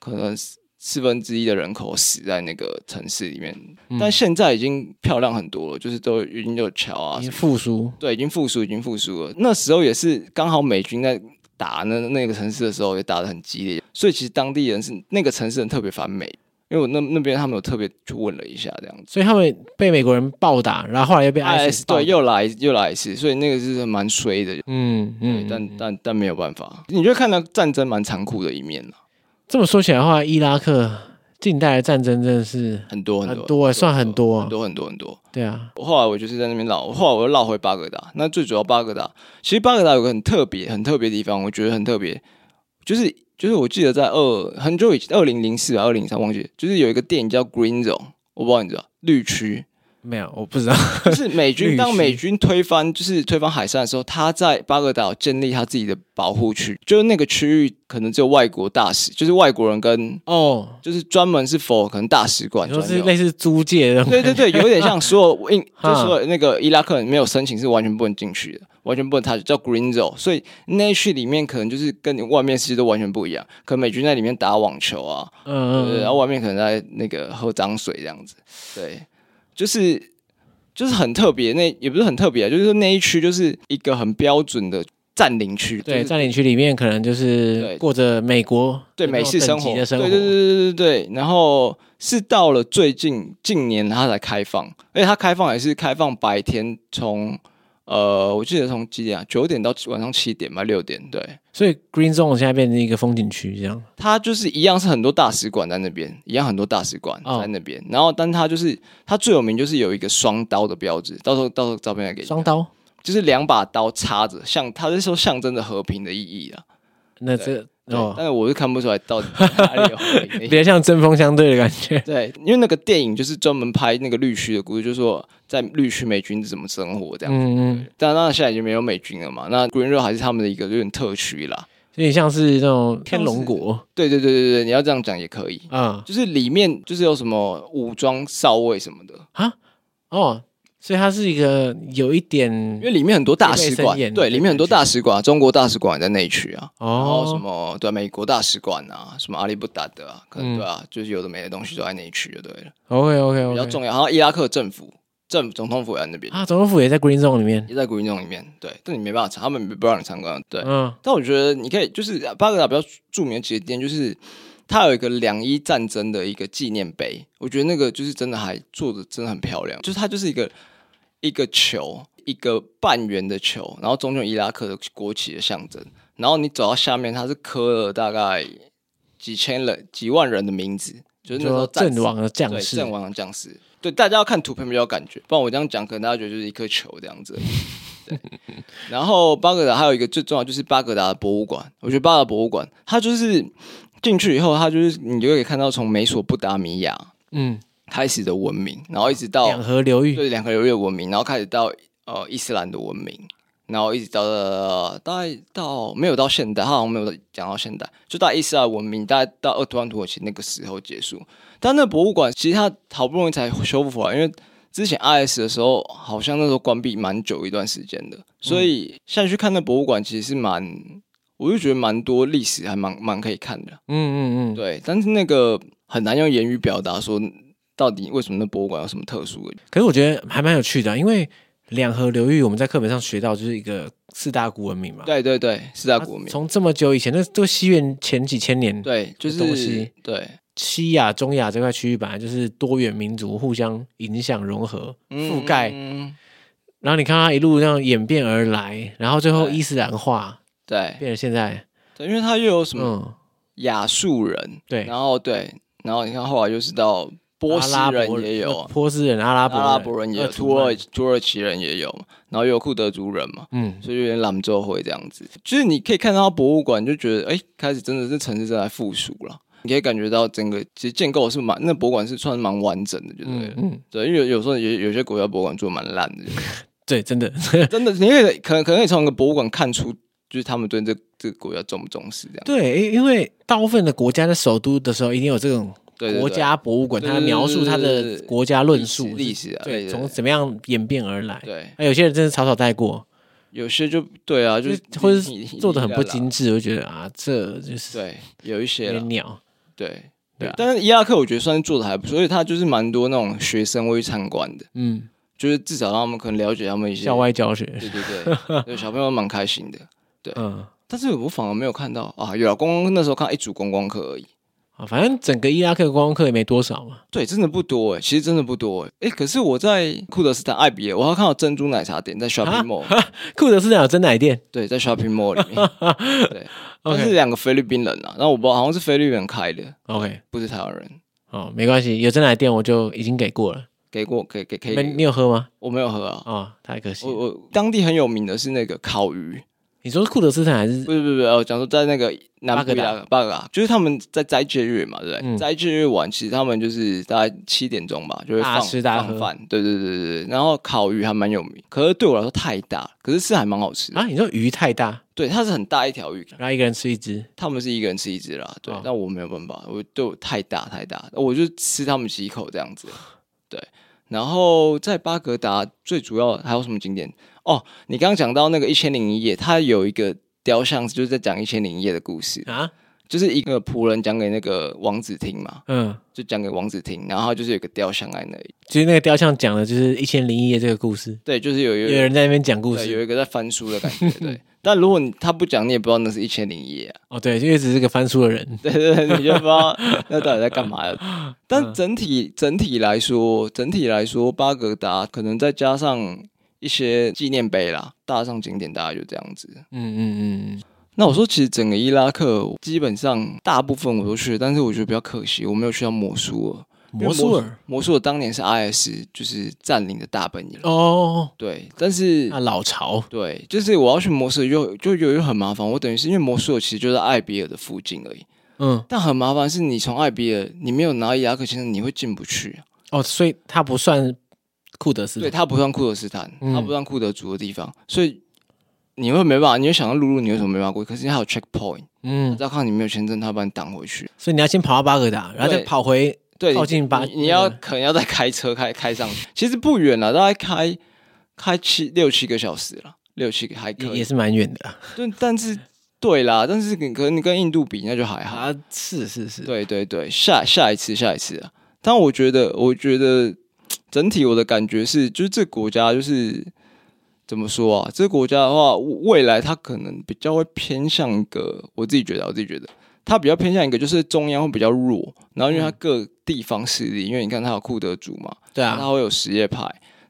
S3: 可能四四分之一的人口死在那个城市里面，但现在已经漂亮很多了，就是都已经有桥啊
S2: 已经
S3: 什么，
S2: 复苏，
S3: 对，已经复苏，已经复苏了。那时候也是刚好美军在。打那那个城市的时候也打得很激烈，所以其实当地人是那个城市人特别反美，因为我那那边他们有特别去问了一下这样子。
S2: 所以他们被美国人暴打，然后后来又被 IS 暴打
S3: 对，又来又来一次，所以那个是蛮衰的，
S2: 嗯
S3: 对，
S2: 嗯，
S3: 但但但没有办法，你就看到战争蛮残酷的一面了，
S2: 这么说起来的话，伊拉克近代的战争真的是
S3: 很多
S2: 很
S3: 多
S2: 多欸，算很多
S3: 很
S2: 啊，
S3: 多很多很多。
S2: 对啊，
S3: 后来我就是在那边绕，后来我又绕回巴格达。那最主要巴格达，其实巴格达有个很特别、很特别的地方，我觉得很特别，就是就是我记得在二很久以前，二零零四啊，二零三忘记了，就是有一个电影叫《Green Zone》，我不知道你知道绿区，
S2: 没有，我不知道，
S3: 就是美
S2: 绿
S3: 军
S2: 区
S3: 当美军推翻就是推翻海山的时候，他在巴格达有建立他自己的保护区，就是那个区域可能只有外国大使，就是外国人跟
S2: 哦，
S3: 就是专门是否可能大使馆
S2: 你说
S3: 专
S2: 是
S3: 用。
S2: 类似租界的那种，
S3: 对对对，有点像所有印，
S2: 哈
S3: 就所有那个伊拉克人没有申请是完全不能进去的，完全不能 touch，叫 green zone。所以那一区里面可能就是跟你外面世界都完全不一样。可能美军在里面打网球啊，对对，
S2: 嗯
S3: 然
S2: 嗯，
S3: 后外面可能在那个喝脏水这样子，对，就是就是很特别，那也不是很特别啊，就是说那一区就是一个很标准的占领区，
S2: 对，
S3: 就是
S2: 占领区里面可能就是
S3: 对
S2: 过着美国
S3: 对
S2: 那种
S3: 美式生
S2: 等级
S3: 活，
S2: 的生活，
S3: 对对对对对对，然后是到了最近近年它才开放，而且它开放也是开放白天从。呃，我记得从几点啊？九点到晚上七点吧，六点。对，
S2: 所以 Green Zone 现在变成一个风景区这样，
S3: 它就是一样是很多大使馆在那边，一样很多大使馆
S2: 哦
S3: 在那边。然后，但它就是它最有名就是有一个双刀的标志，到时候到时候照片来给你。
S2: 双，刀，
S3: 就是两把刀插着，像它是说象征着和平的意义啊。
S2: 那这
S3: 对但
S2: 哦，
S3: 是我是看不出来到底哪里有和平的意
S2: 比
S3: 义
S2: 较像针锋 相对的感觉，
S3: 对，因为那个电影就是专门拍那个绿区的故事，就是说在绿区美军是怎么生活这样。
S2: 嗯嗯，
S3: 但那现在已经没有美军了嘛，那 Green r o 还是他们的一个有点特区啦。
S2: 有点像是那种天龙国
S3: 对对对对对，你要这样讲也可以，
S2: 啊
S3: 就是里面就是有什么武装少尉什么的，
S2: 啊哦，所以它是一个有一点
S3: 因为里面很多大使
S2: 戒备森
S3: 馆，
S2: 严
S3: 对，里面很多大使馆，中国大使馆也在内区啊，然后什
S2: 哦，
S3: 么对美国大使馆啊，什么阿里不达的啊，可能对啊，就是有的没的东西都在内区就对了，
S2: 嗯 OK OK
S3: 比较
S2: OK，
S3: 重要。然后伊拉克政府政总统府也在那边，
S2: 啊，总统府也在 Green Zone 里面。
S3: 也在古运动里面。对，但你没办法查，他们不让你参观。对，
S2: 嗯，
S3: 但我觉得你可以，就是巴格达比较著名的几个店，就是它有一个两伊战争的一个纪念碑，我觉得那个就是真的还做的真的很漂亮，就是它就是一个一个球，一个半圆的球，然后中间有伊拉克的国旗的象征，然后你走到下面，它是刻了大概几千人、几万人的名字，就是那时候
S2: 说
S3: 战
S2: 阵
S3: 死
S2: 亡的将
S3: 对，
S2: 士，
S3: 阵亡的将士。对，大家要看图片比较有感觉，不然我这样讲，可能大家觉得就是一颗球这样子而已。对，然后巴格达还有一个最重要就是巴格达的博物馆，我觉得巴格达博物馆，它就是进去以后，它就是你就可以看到从美索不达米亚
S2: 嗯，
S3: 开始的文明，然后一直到
S2: 两河流域，
S3: 哦对两个流域的文明，然后开始到呃伊斯兰的文明，然后一直到呃大概到没有到现代，它好像没有讲到现代，就到伊斯兰文明，大概到鄂图曼土耳其那个时候结束。但那博物馆其实它好不容易才修复回来，因为之前 IS 的时候好像那时候关闭蛮久一段时间的，所以现在去看那博物馆其实是蛮，我就觉得蛮多历史还蛮蛮可以看的。
S2: 嗯嗯嗯，
S3: 对，但是那个很难用言语表达说到底为什么那博物馆有什么特殊的。
S2: 可是我觉得还蛮有趣的啊、因为两河流域我们在课本上学到就是一个四大古文明嘛，
S3: 对对对，四大
S2: 它
S3: 国民。
S2: 从这么久以前，那都西元前几千年，
S3: 对，就是
S2: 东西
S3: 对，
S2: 西亚、中亚这块区域本来就是多元民族互相影响融合，覆盖，
S3: 嗯、
S2: 然后你看它一路这样演变而来，然后最后
S3: 对
S2: 伊斯兰化
S3: 对
S2: 变成现在，
S3: 对，因为它又有什么
S2: 嗯，
S3: 亚述人，
S2: 对，
S3: 然后对，然后你看后来又是到波斯
S2: 阿拉伯
S3: 人也有，
S2: 波斯人、阿拉
S3: 阿
S2: 伯
S3: 拉伯人也有，
S2: 鄂
S3: 土
S2: 图曼
S3: 耳土耳其人也有，然后又有库德族人嘛，
S2: 嗯，
S3: 所以有点兰州会这样子。就是你可以看到博物馆，就觉得哎，开始真的是城市正在复苏了。你可以感觉到整个其实建构是蛮，那博物馆是算蛮完整的，就对
S2: 嗯
S3: 了。
S2: 嗯，
S3: 对，因为有有时候有有些国家博物馆做得蛮烂的，
S2: 对，真的，
S3: 真的，你也可能可能可以从一个博物馆看出，就是他们对这这个国家重不重视这样。
S2: 对，因因为大部分的国家在首都的时候，一定有这种
S3: 对对对
S2: 国家博物馆，
S3: 对
S2: 它描述它
S3: 对对对
S2: 的
S3: 对
S2: 国家论述
S3: 历史历史啊对
S2: 对，
S3: 对
S2: 从
S3: 对
S2: 怎么样演变而来。哎
S3: 对，
S2: 那有些人真的草草带过，
S3: 有些就对啊，就
S2: 就是或者
S3: 你你
S2: 做的很不
S3: 你
S2: 精致，我就觉得啊，这就是
S3: 对，有一些
S2: 有
S3: 了
S2: 点，鸟。
S3: 对
S2: 对啊
S3: 但是伊拉克我觉得算是做的还不错，所以他就是蛮多那种学生会去参观的，
S2: 嗯，
S3: 就是至少让他们可能了解他们一些
S2: 校，外教学，
S3: 对对 对，对小朋友蛮开心的。
S2: 嗯
S3: 但是我反而没有看到啊，有啊，观光那时候看一组观光客而已，
S2: 啊，反正整个伊拉克观光客也没多少嘛。
S3: 对，真的不多哎、其实真的不多哎、哎、可是我在库德斯坦艾比耶，我还看到珍珠奶茶
S2: 啊
S3: 店在 shopping mall，
S2: 库德斯坦有真奶店
S3: 对，在 shopping mall 里面，对，但是两个菲律宾人啊，那我不知道，好像是菲律宾人开的，
S2: ，OK，
S3: 不是台湾人，
S2: 哦，没关系，有真奶店我就已经给过了。
S3: 给过给给可以
S2: 没，
S3: 给
S2: 你有喝吗？
S3: 我没有喝啊，
S2: 哦，太可惜
S3: 我
S2: 了。
S3: 我当地很有名的是那个烤鱼，
S2: 你说是库德斯坦还是
S3: 不是不是不是，我讲说在那个南部
S2: 巴格达
S3: 拉巴格达，就是他们在斋戒日嘛，对不
S2: 嗯
S3: 对？斋戒日晚，其实他们就是大概七点钟吧，就会
S2: 大
S3: 放
S2: 吃大喝
S3: 放饭，对对对对对，然后烤鱼还蛮有名，可是对我来说太大，可是是还蛮好吃的，
S2: 啊？你说鱼太大，
S3: 对，它是很大一条鱼，
S2: 然后一个人吃一只，
S3: 他们是一个人吃一只啦，对，
S2: 哦
S3: 但我没有办法，我对我太大太大，我就吃他们几口这样子，对。然后在巴格达最主要还有什么景点？哦，你刚刚讲到那个《一千零一夜》，它有一个雕像，就是在讲《一千零一夜》的故事，
S2: 啊，
S3: 就是一个仆人讲给那个王子听嘛，
S2: 嗯，
S3: 就讲给王子听，然后他就是有一个雕像在那里，
S2: 就是那个雕像讲的就是《一千零一夜》这个故事，
S3: 对，就是有一
S2: 有
S3: 个
S2: 人在那边讲故
S3: 对有
S2: 事，
S3: 一个在翻书的感觉，对。但如果你他不讲，你也不知道那是一千零一夜啊。
S2: 哦，对，因为只是个翻书的人，
S3: 对对，对，你就不知道那到底在 干嘛了。
S2: 嗯
S3: 但整体整体来说，整体来说，巴格达可能再加上一些纪念碑啦，大上景点大概就这样子。
S2: 嗯嗯嗯，
S3: 那我说，其实整个伊拉克基本上大部分我都去了，但是我觉得比较可惜，我没有去到摩苏尔。因为
S2: 摩苏尔，
S3: 摩苏尔当年是 IS 就是占领的大本营，
S2: 哦，
S3: 对，但是
S2: 那老巢，
S3: 对，就是我要去摩苏尔又就又又很麻烦，我等于是因为摩苏尔其实就在艾比尔的附近而已。
S2: 嗯，
S3: 但很麻烦是，你从艾比尔，你没有拿伊拉克签证，你会进不去。
S2: 哦，所以它不算库德斯
S3: 对，
S2: 坦，
S3: 它不算库德斯坦，
S2: 嗯
S3: 它不算库德族的地方，所以你会没办法，你会想到陆路，你为什么没办法过去？可是它有 checkpoint，
S2: 嗯，
S3: 只要看你没有签证，他把你挡回去。
S2: 所以你要先跑到巴格达，然后再
S3: 对
S2: 跑回，
S3: 对，
S2: 靠近巴嗯
S3: 你你要
S2: 那个
S3: 可能要再开车开开上去，其实不远了，大概开开七六七个小时了，六七个还可
S2: 也
S3: 以。
S2: 也是蛮远的啦
S3: 对，但是对啦，但是你可能你跟印度比，那就还好。
S2: 啊，是是是，
S3: 对对对，下下一次下一次啊！但我觉得，我觉得整体我的感觉是，就是这个国家就是怎么说啊？这个国家的话，未未来它可能比较会偏向一个，我自己觉得啊，我自己觉得它比较偏向一个，就是中央会比较弱，然后因为它各地方势力，因为你看它有库德族嘛，
S2: 嗯对
S3: 他
S2: 啊，
S3: 会有什叶派，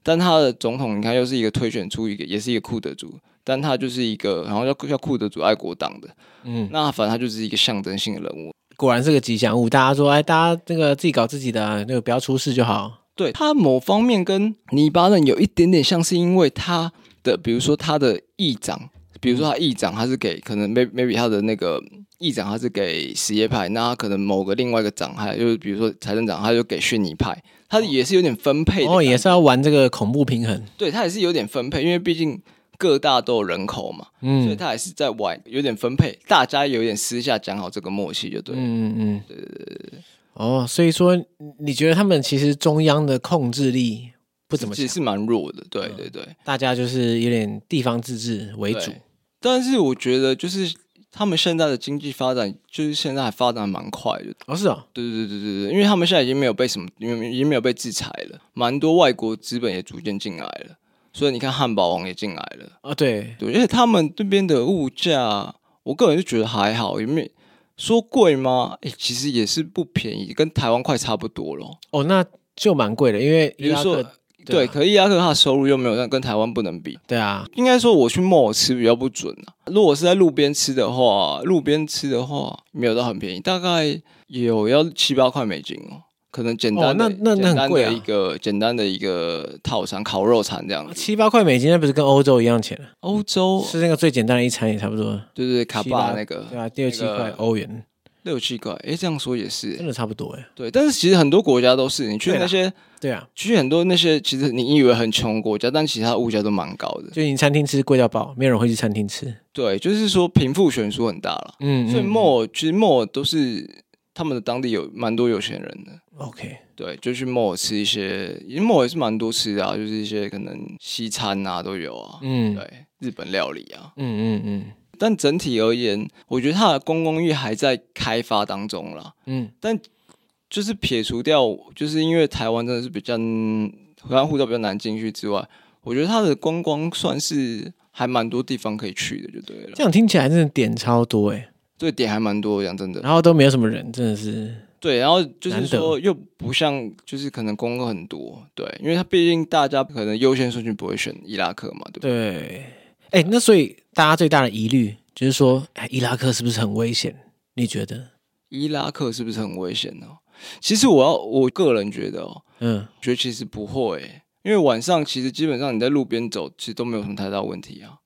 S3: 但他的总统你看又是一个推选出一个，也是一个库德族，但他就是一个然后叫叫库德族爱国党的，
S2: 嗯，
S3: 那反正他就是一个象征性的人物。
S2: 果然是个吉祥物。大家说，哎，大家那个自己搞自己的啊，那个不要出事就好。
S3: 对他某方面跟黎巴嫩有一点点像，是因为他的比如说他的议长，比如说他议长他是给可能 may- maybe 他的那个议长他是给什叶派，那他可能某个另外一个长还就是比如说财政长他就给逊尼派，他也是有点分配的
S2: 哦，也
S3: 感觉
S2: 是要玩这个恐怖平衡。
S3: 对他也是有点分配，因为毕竟各大都有人口嘛。所以
S2: 嗯
S3: 他还是在玩，有点分配，大家有点私下讲好这个默契就对了。
S2: 嗯嗯嗯，哦，所以说你觉得他们其实中央的控制力不怎么嗯
S3: 其
S2: 强
S3: 实，是蛮弱的，对对对，
S2: 大家就是有点地方自治为主
S3: 对。但是我觉得就是他们现在的经济发展，就是现在还发展蛮快的，
S2: 哦，是哦，
S3: 对对对对对，因为他们现在已经没有被什么，因为已经没有被制裁了，蛮多外国资本也逐渐进来了，所以你看汉堡王也进来了。
S2: 哦对，
S3: 对，而且他们这边的物价，我个人是觉得还好，也没说贵吗？哎、其实也是不便宜，跟台湾快差不多了。
S2: 哦那就蛮贵的，因为
S3: 比如
S2: 伊
S3: 说
S2: 拉克，
S3: 对，
S2: 啊
S3: 可伊拉克他的收入又没有，但跟台湾不能比。
S2: 对啊，
S3: 应该说我去 mall 吃比较不准啊。如果是在路边吃的话，路边吃的话没有到很便宜，大概有要七八块美金哦。可能简单的、
S2: 哦那那那很
S3: 简单
S2: 贵啊
S3: 的一个简单的一个套餐，烤肉餐这样子。
S2: 七八块美金那不是跟欧洲一样钱了？
S3: 欧洲
S2: 是那个最简单的一餐也差不多，
S3: 对对对，卡
S2: 七
S3: 巴
S2: 八
S3: 那个
S2: 对啊，六七块欧元，
S3: 六七块，哎，这样说也是
S2: 真的差不多哎。
S3: 对。但是其实很多国家都是，你去
S2: 对啦
S3: 那些
S2: 对啊，
S3: 去很多那些，其实你以为很穷的国家，但其实它物价都蛮高的。
S2: 就你餐厅吃贵到爆，没有人会去餐厅吃。
S3: 对，就是说贫富悬殊很大了。
S2: 嗯，
S3: 所以
S2: 嗯
S3: mall 其实 mall 都是他们的当地有蛮多有钱人的，
S2: OK，
S3: 对，就去 mall 吃一些，因为 mall 也是蛮多吃的啊，就是一些可能西餐啊都有啊，
S2: 嗯，嗯
S3: 对，日本料理啊。
S2: 嗯嗯
S3: 但整体而言，我觉得它的公共浴还在开发当中啦。
S2: 嗯，
S3: 就是撇除掉，就是因为台湾真的是比较，嗯台湾护照比较难进去之外，我觉得它的观光算是还蛮多地方可以去的，就对了
S2: 这。样听起来真的点超多哎，
S3: 这点还蛮多，讲真的。
S2: 然后都没有什么人，真的是，
S3: 对，然后就
S2: 难
S3: 是
S2: 得
S3: 说又不像，就是可能功课很多，对，因为他毕竟大家可能优先顺序不会选伊拉克嘛，对不对？
S2: 对，哎，那所以大家最大的疑虑就是说，哎，伊拉克是不是很危险？你觉得？
S3: 伊拉克是不是很危险呢、其实我要我个人觉得哦，
S2: 嗯，
S3: 觉得其实不会、因为晚上其实基本上你在路边走，其实都没有什么太大问题啊。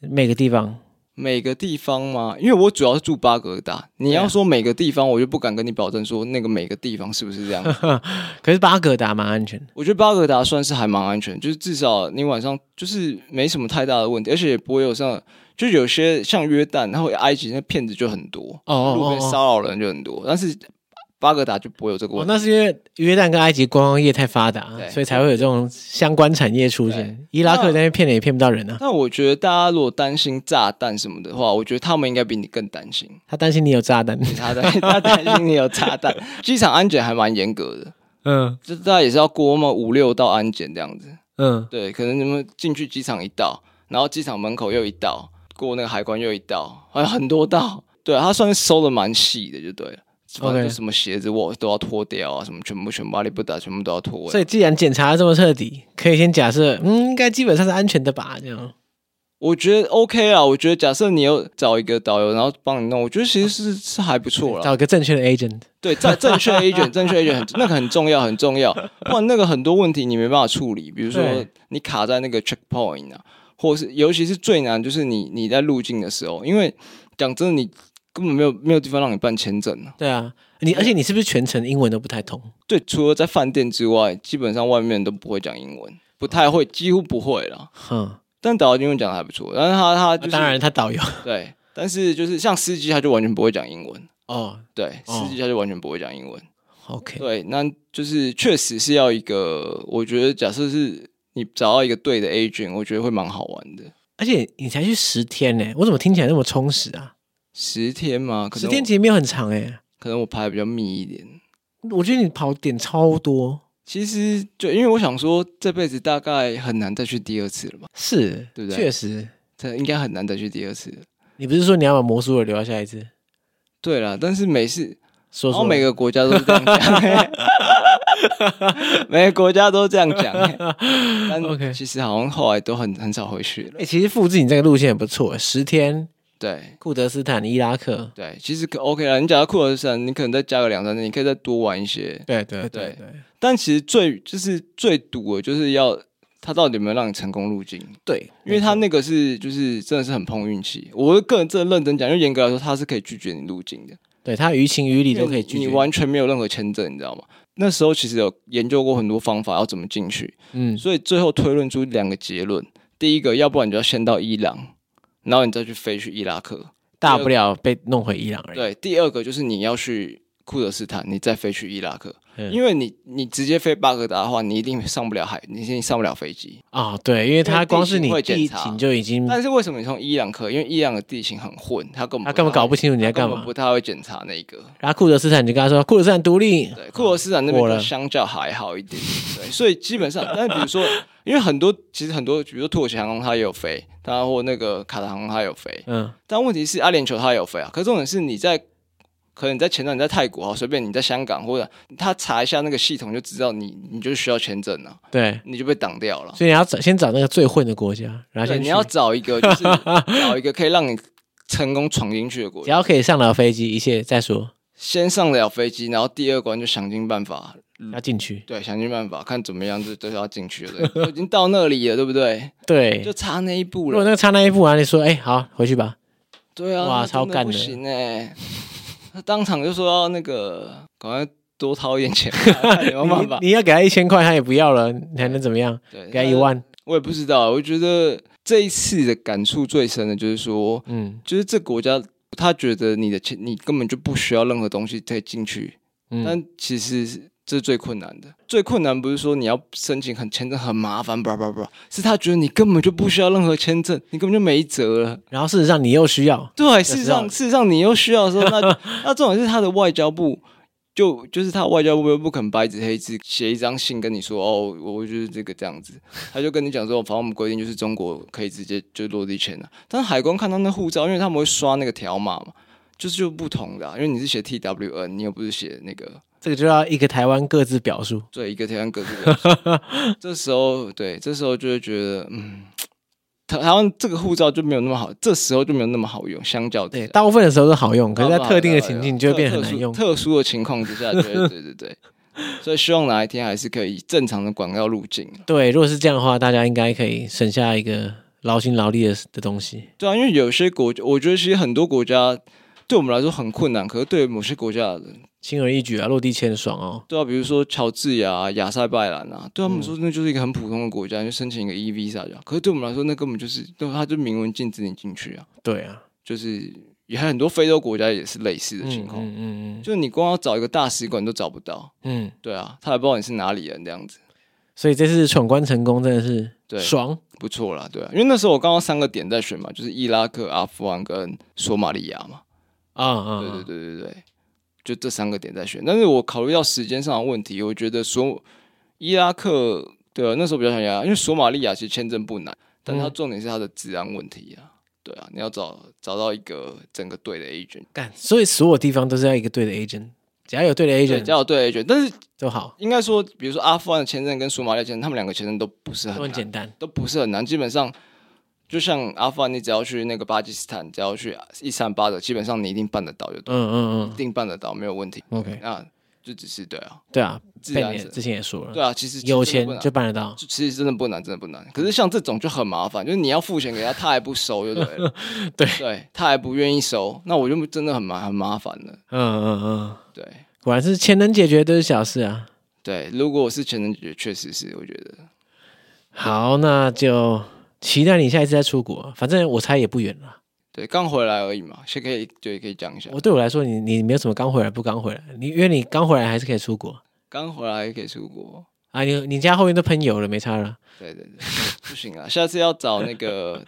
S2: 每个地方，
S3: 每个地方嘛，因为我主要是住巴格达，你
S2: 对
S3: 要
S2: 啊
S3: 说每个地方，我就不敢跟你保证说那个每个地方是不是这样。
S2: 可是巴格达蛮安全的。
S3: 我觉得巴格达算是还蛮安全，就是至少你晚上就是没什么太大的问题，而且也不会有像就有些像约旦然后埃及那骗子就很多，
S2: 哦
S3: 路
S2: 哦
S3: 边
S2: 哦
S3: 骚扰人就很多，但是巴格达就不会有这个
S2: 哦，
S3: 问题。
S2: 那是因为约旦跟埃及观光业太发达，
S3: 对
S2: 所以才会有这种相关产业出现
S3: 对。
S2: 伊拉克那边骗人也骗不到人啊，
S3: 但我觉得大家如果担心炸弹什么的话，我觉得他们应该比你更担心，
S2: 他担心你有炸弹。
S3: 他担他担心你 有炸弹。机场安检还蛮严格的，
S2: 嗯
S3: 就大家也是要过嘛五六道安检这样子。
S2: 嗯，
S3: 对，可能你们进去机场一道，然后机场门口又一道，过那个海关又一道，好像很多道。对，他算是收的蛮细的，就对了。反正就
S2: OK
S3: 什么鞋子我都要脱掉啊，什么全部全部阿里不打全部都要 脱。
S2: 所以既然检查得这么彻底，可以先假设，嗯，应该基本上是安全的吧？这样
S3: 我觉得 OK 啊，我觉得假设你有找一个导游，然后帮你弄，我觉得其实是是还不错啦。
S2: 找个正确的 agent。
S3: 对，正正确 agent，正确 agent 很那个很重要，很重要。不然那个很多问题你没办法处理，比如说
S2: 对
S3: 你卡在那个 checkpoint 啊，或者是尤其是最难就是你你在入境的时候，因为讲真的，你根本没有没有地方让你办签证啊。
S2: 对啊，你而且你是不是全程英文都不太通？
S3: 对，除了在饭店之外，基本上外面都不会讲英文，不太会，几乎不会啦。
S2: 哼，
S3: 但导游英文讲的还不错，但是他他就是、
S2: 啊当然他 导游
S3: 对，但是就是像司机他就完全不会讲英文，
S2: 哦
S3: 对，司机他就完全不会讲英文。
S2: ，OK，
S3: 对，那就是确实是要一个，我觉得假设是你找到一个对的 agent，我觉得会蛮好玩的。
S2: 而且你才去十天呢，我怎么听起来那么充实啊？
S3: 十天嘛，可能
S2: 十
S3: 我
S2: 天其实没有很长哎，
S3: 可能我排的比较密一点。
S2: 我觉得你跑点超多，
S3: 其实就因为我想说，这辈子大概很难再去第二次了吧？
S2: 是，
S3: 对不对
S2: 确实，
S3: 这应该很难再去第二次了。
S2: 你不是说你要把魔术尔留到下一次？
S3: 对啦，但是每次，
S2: 说说
S3: 然后哦每个国家都是这样讲、 每个国家都这样讲、
S2: OK
S3: 但其实好像后来都很很少回去了
S2: 哎、。其实复制你这个路线也不错，十天
S3: 对
S2: 库德斯坦、伊拉克，
S3: 对，其实可 OK 啦。你讲到库尔山，你可能再加个两三天，你可以再多玩一些。
S2: 对对
S3: 对
S2: 对
S3: 但其实最就是最堵的，就是要他到底有没有让你成功入境，
S2: 对，
S3: 因为他那个是就是真的是很碰运气。我个人真的认真讲，因为严格来说，他是可以拒绝你入境的。
S2: 对他于情于理都可以拒
S3: 你
S2: 绝。
S3: 完全没有任何签证，你知道吗？那时候其实有研究过很多方法要怎么进去，
S2: 嗯，
S3: 所以最后推论出两个结论：第一个，要不然你就要先到伊朗，然后你再去飞去伊拉克；
S2: 大不了被弄回伊朗而已。
S3: 对，第二个就是你要去库德斯坦，你再飞去伊拉克，
S2: 嗯
S3: 因为你你直接飞巴格达的话，你一定上不了海，你一定上不了飞机。
S2: 啊、对，因为他光是你
S3: 因为地
S2: 地
S3: 形会检查
S2: 勤就已经，
S3: 但是为什么你从伊朗可以？因为伊朗的地形很混，他根
S2: 嗯
S3: 本
S2: 他根本搞不
S3: 清
S2: 清楚你
S3: 你
S2: 在干嘛
S3: 本不。太会检查那个。
S2: 然后库德斯坦你就跟他说库德斯坦独立，
S3: 对，库尔斯坦那
S2: 过
S3: 边
S2: 了
S3: 就相较还好一点，对，所以基 本上，但比如说，因为很多其实很多，比如说土耳其航空它也有飞，它或那个卡塔航空它也有飞，
S2: 嗯，
S3: 但问题是阿联酋它也有飞啊。可是重点是你在，可能你在前段你在泰国啊，随便你在香港或者他查一下那个系统就知道你你就需要签证了、
S2: 对，
S3: 你就被挡掉了。
S2: 所以你要找先找那个最混的国家，然后
S3: 对，
S2: 先
S3: 你
S2: 去
S3: 要找一个就 是找一个可以让你成功闯进去的国
S2: 只
S3: 家，
S2: 要可以上了飞机，一切再说，
S3: 先上得了飞机，然后第二关就想尽办法
S2: 要进去。
S3: 对，想尽办法看怎么样，就都要进去了。对都已经到那里了，对不对？
S2: 对，
S3: 就差那一步
S2: 如果
S3: 了。
S2: 那个差那一步，然后你说，哎、好，回去吧，
S3: 对啊，
S2: 哇
S3: 那真
S2: 超干
S3: 不
S2: 的
S3: 行哎、 他当场就说要那个，赶快多掏一点 钱，有办法。
S2: 你你要给他一千块，他也不要了，你还能怎么样？
S3: 对，
S2: 给他一万，
S3: 我也不知道。我觉得这一次的感触最深的就是说，
S2: 嗯
S3: 就是这国家他觉得你的钱，你根本就不需要任何东西可以进去，
S2: 嗯，
S3: 但其实是这是最困难的。最困难不是说你要申请很签证很麻烦，叭叭叭，是他觉得你根本就不需要任何签证，你根本就没辙了。
S2: 然后事实上你又需要，
S3: 对，
S2: 知
S3: 事实
S2: 道
S3: 上，事实上你又需要的时候， 那那重点是他的外交部。就就是他外交部又不肯白纸黑字写一张信跟你说哦，我我就是这个这样子，他就跟你讲说，反正我们规定就是中国可以直接就落地签了、但是海关看到那护照，因为他们会刷那个条码嘛，就是就不同的啊、因为你是写 T W N，你又不是写那个
S2: 这个就要一个台湾各自表述。
S3: 对，一个台湾各自表述。 这时候，对，这时候就会觉得，嗯，台台湾这个护照就没有那么好，这时候就没有那么好用，相较之
S2: 对，
S3: 下。
S2: 大部分的时候都好用，可
S3: 可
S2: 是在特定的情境就会变得很难用。
S3: 啊特殊的情况之 下，对对对对。所以希望哪一天还是可以以正常的广告路径。
S2: 对，如果是这样的话，大家应该可以省下一个劳心劳力的的东西。
S3: 对啊，因为有些国，我觉得其实很多国家对我们来说很困难，可是对某些国家的人，
S2: 轻而易举啊，落地签爽哦。
S3: 对啊，比如说乔治亚、啊、亚塞拜然啊，对他们
S2: 嗯
S3: 说那就是一个很普通的国家，你就申请一个 E visa 就好。可是对我们来说，那根本就是，对，他就明文禁止你进去啊。
S2: 对啊，
S3: 就是也很多非洲国家也是类似的情况，
S2: 嗯嗯嗯
S3: 就你光要找一个大使馆都找不到，
S2: 嗯，嗯
S3: 对啊，他也不知道你是哪里人这样子，
S2: 所以这次闯关成功真的是
S3: 对
S2: 爽。
S3: 不错啦，对啊，因为那时候我刚刚三个点在选嘛，就是伊拉克、阿富汗跟索马利亚嘛，
S2: 啊啊！
S3: 对对
S2: 对，
S3: 对对对，就这三个点在选，但是我考虑到时间上的问题，我觉得索伊拉克对啊，那时候比较想要，因为索马利亚其实签证不难，但它
S2: 嗯
S3: 重点是它的治安问题啊。对啊，你要找找到一个整个对的 agent，
S2: 干，所以所有地方都是要一个对的 agent，只要有对的
S3: 对，只
S2: agent
S3: 要有对的 agent，但是
S2: 就好，
S3: 应该说，比如说阿富汗的签证跟索马利亚签证，他们两个签证都不是很
S2: 都很
S3: 难，
S2: 简单。
S3: 都不是很难。基本上，就像阿富汗，你只要去那个巴基斯坦，只要去一三八的，基本上你一定办得到，就对，
S2: 嗯
S3: 一
S2: 嗯
S3: 定办得到，没有问题。
S2: 嗯，OK，
S3: 那就只是对啊，
S2: 对啊，
S3: 自
S2: 贝
S3: 然
S2: 也
S3: 是
S2: 之前也说了，
S3: 对啊，其实
S2: 嗯有
S3: 真的
S2: 钱
S3: 不难
S2: 就办得到。。
S3: 就其实真的不难，真的不难。可是像这种就很麻烦，就是你要付钱给他，他还不收，就对了
S2: 对
S3: 对，他还不愿意收，那我就真的很麻很麻烦了。
S2: 嗯嗯嗯，
S3: 对
S2: 果然是钱能解决都是小事啊。
S3: 对，如果我是钱能解决，确实是我觉得。
S2: 好，那就期待你下一次再出国，反正我猜也不远了。
S3: 对，刚回来而已嘛，先可以对可以讲一下。
S2: 我对我来说，你你没有什么刚回来不刚回来，你因为你刚回来还是可以出国
S3: 刚回来也可以出国。
S2: 啊，你你家后面都喷油了，没差了。
S3: 对对对，不行啊，下次要找 那个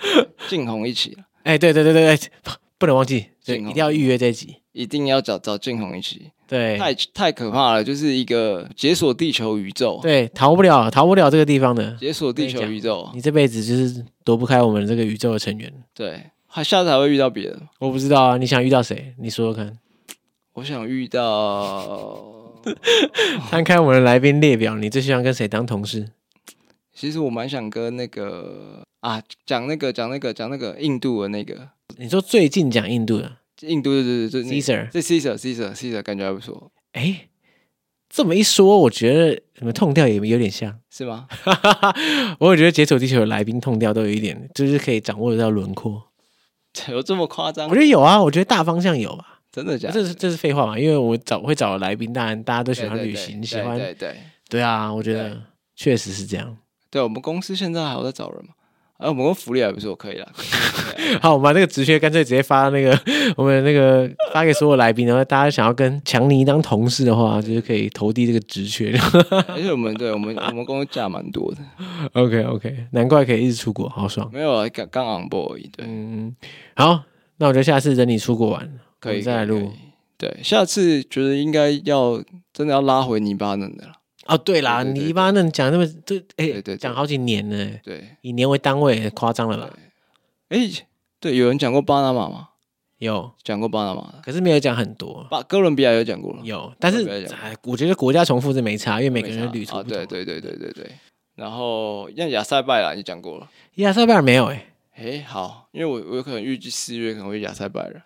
S3: 静红一起，啊
S2: 哎哎，对对对对对，不能忘记，对，
S3: 行
S2: 一
S3: 哦
S2: 定要预约这一集。
S3: 一定要找找静红一起。
S2: 对
S3: 太太可怕了，就是一个解锁地球宇宙，
S2: 对，逃不了，逃不了这个地方的。
S3: 解锁地球
S2: 跟你
S3: 宇宙，
S2: 你这辈子就是躲不开我们这个宇宙的成员。
S3: 对，还下次还会遇到别人。
S2: 我不知道啊，你想遇到谁？你说说 看。
S3: 我想遇到，
S2: 摊开我们的来宾列表，你最希望跟谁当同事？
S3: 其实我蛮想跟那个啊，讲那个讲那个讲那个印度的那个
S2: 你说最近讲印度的
S3: 印度，对对对对那个
S2: Caesar，
S3: 这 Caesar Caesar Caesar 感觉还不错，
S2: 哎，这么一说，我觉得你们痛调也有点像。
S3: 是吗？
S2: 我也觉得解锁地球的来宾痛调都有一点，就是可以掌握得到轮廓。
S3: 有这么夸张
S2: 我？觉得有啊，我觉得大方向有吧。
S3: 真的假的？
S2: 这是这是废话嘛？因为我找会找的来宾，当然大家都
S3: 对
S2: 喜欢
S3: 对
S2: 旅
S3: 对
S2: 行，
S3: 对
S2: 喜欢
S3: 对对
S2: 对啊，我觉
S3: 对
S2: 得确实是这样。
S3: 对，我们公司现在还有在找人嘛？哎、我们公司福利还不错，可以了。可以啦 对啊
S2: 好，我们把这个职缺干脆直接发那个 我们那个发给所有来宾，然后大家想要跟强尼当同事的话，就是可以投递这个职缺。
S3: 而且我们对我们我们公司价蛮多的，
S2: OK OK，难怪可以一直出国，好爽。
S3: 没有啊，刚刚 on board 而已。对，
S2: 嗯，好，那我就下次等你出国玩，
S3: 可
S2: 我
S3: 以
S2: 们再来。
S3: 可以
S2: 录
S3: 可。以对，下次觉得应该要真的要拉回泥巴嫩的了。
S2: 哦，对啦，
S3: 对对对对
S2: 泥巴那讲那么这
S3: 对
S2: 哎
S3: 对，对
S2: 讲好几年呢，
S3: 对，
S2: 以年为单位，夸张了
S3: 对
S2: 吧？，
S3: 哎、对，有人讲过巴拿马吗？
S2: 有，
S3: 讲过巴拿马，
S2: 可是没有讲很多。
S3: 巴哥伦比亚有讲过了，
S2: 有，但是
S3: 不要讲
S2: 哎我觉得国家重复是没差，因为每个人的旅途
S3: 啊，
S2: 不同。
S3: 对对对对对对。然后像亚塞拜然也讲过了，
S2: 亚塞拜然没有哎、
S3: 哎，好，因为我我有可能预计四月可能会亚塞拜然，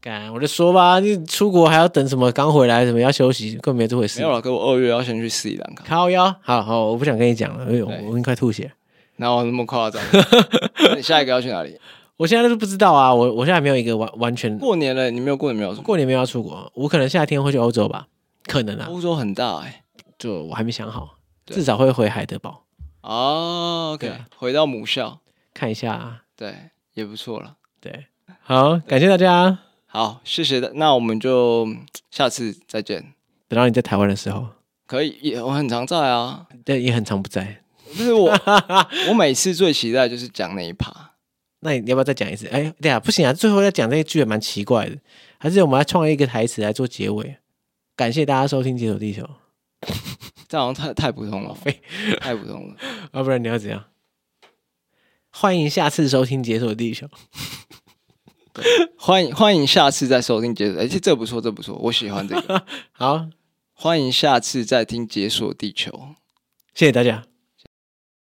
S2: 干，我就说吧，你出国还要等什么？刚回来什么要休息，根本没这回事
S3: 没有。了，可我二月要先去斯里兰卡，
S2: 靠腰，好好，我不想跟你讲了，哎呦，
S3: 对
S2: 我已经快吐血了。
S3: 哪有那么夸张？那你下一个要去哪里？
S2: 我现在都不知道啊，我我现在没有一个完完全
S3: 过年了，你没有过年没有？
S2: 过年没有要出国，我可能夏天会去欧洲吧，可能啊，
S3: 欧洲很大哎、
S2: 就我还没想好，
S3: 对
S2: 至少会回海德堡
S3: 哦，OK，
S2: 对啊
S3: 回到母校，
S2: 看一下、啊。
S3: 对，也不错了。
S2: 对，好，感谢大家。
S3: 好，谢谢的，那我们就嗯下次再见。
S2: 等到你在台湾的时候，
S3: 可以，也我很常在啊，
S2: 但也很常不在。
S3: 不是我，我每次最期待就是讲那一趴。
S2: 那你要不要再讲一次？哎，对啊，不行啊，最后要讲这一句也蛮奇怪的，还是我们要创一个台词来做结尾。感谢大家收听《解锁地球》，
S3: 这好像太太普通了，太普通了。
S2: 要、啊不然你要怎样？欢迎下次收听《解锁地球》。
S3: 欢迎欢迎下次再收听解锁，而且哎这不错，这不错，我喜欢这个。
S2: 好，
S3: 欢迎下次再听解锁地球。
S2: 谢谢大家。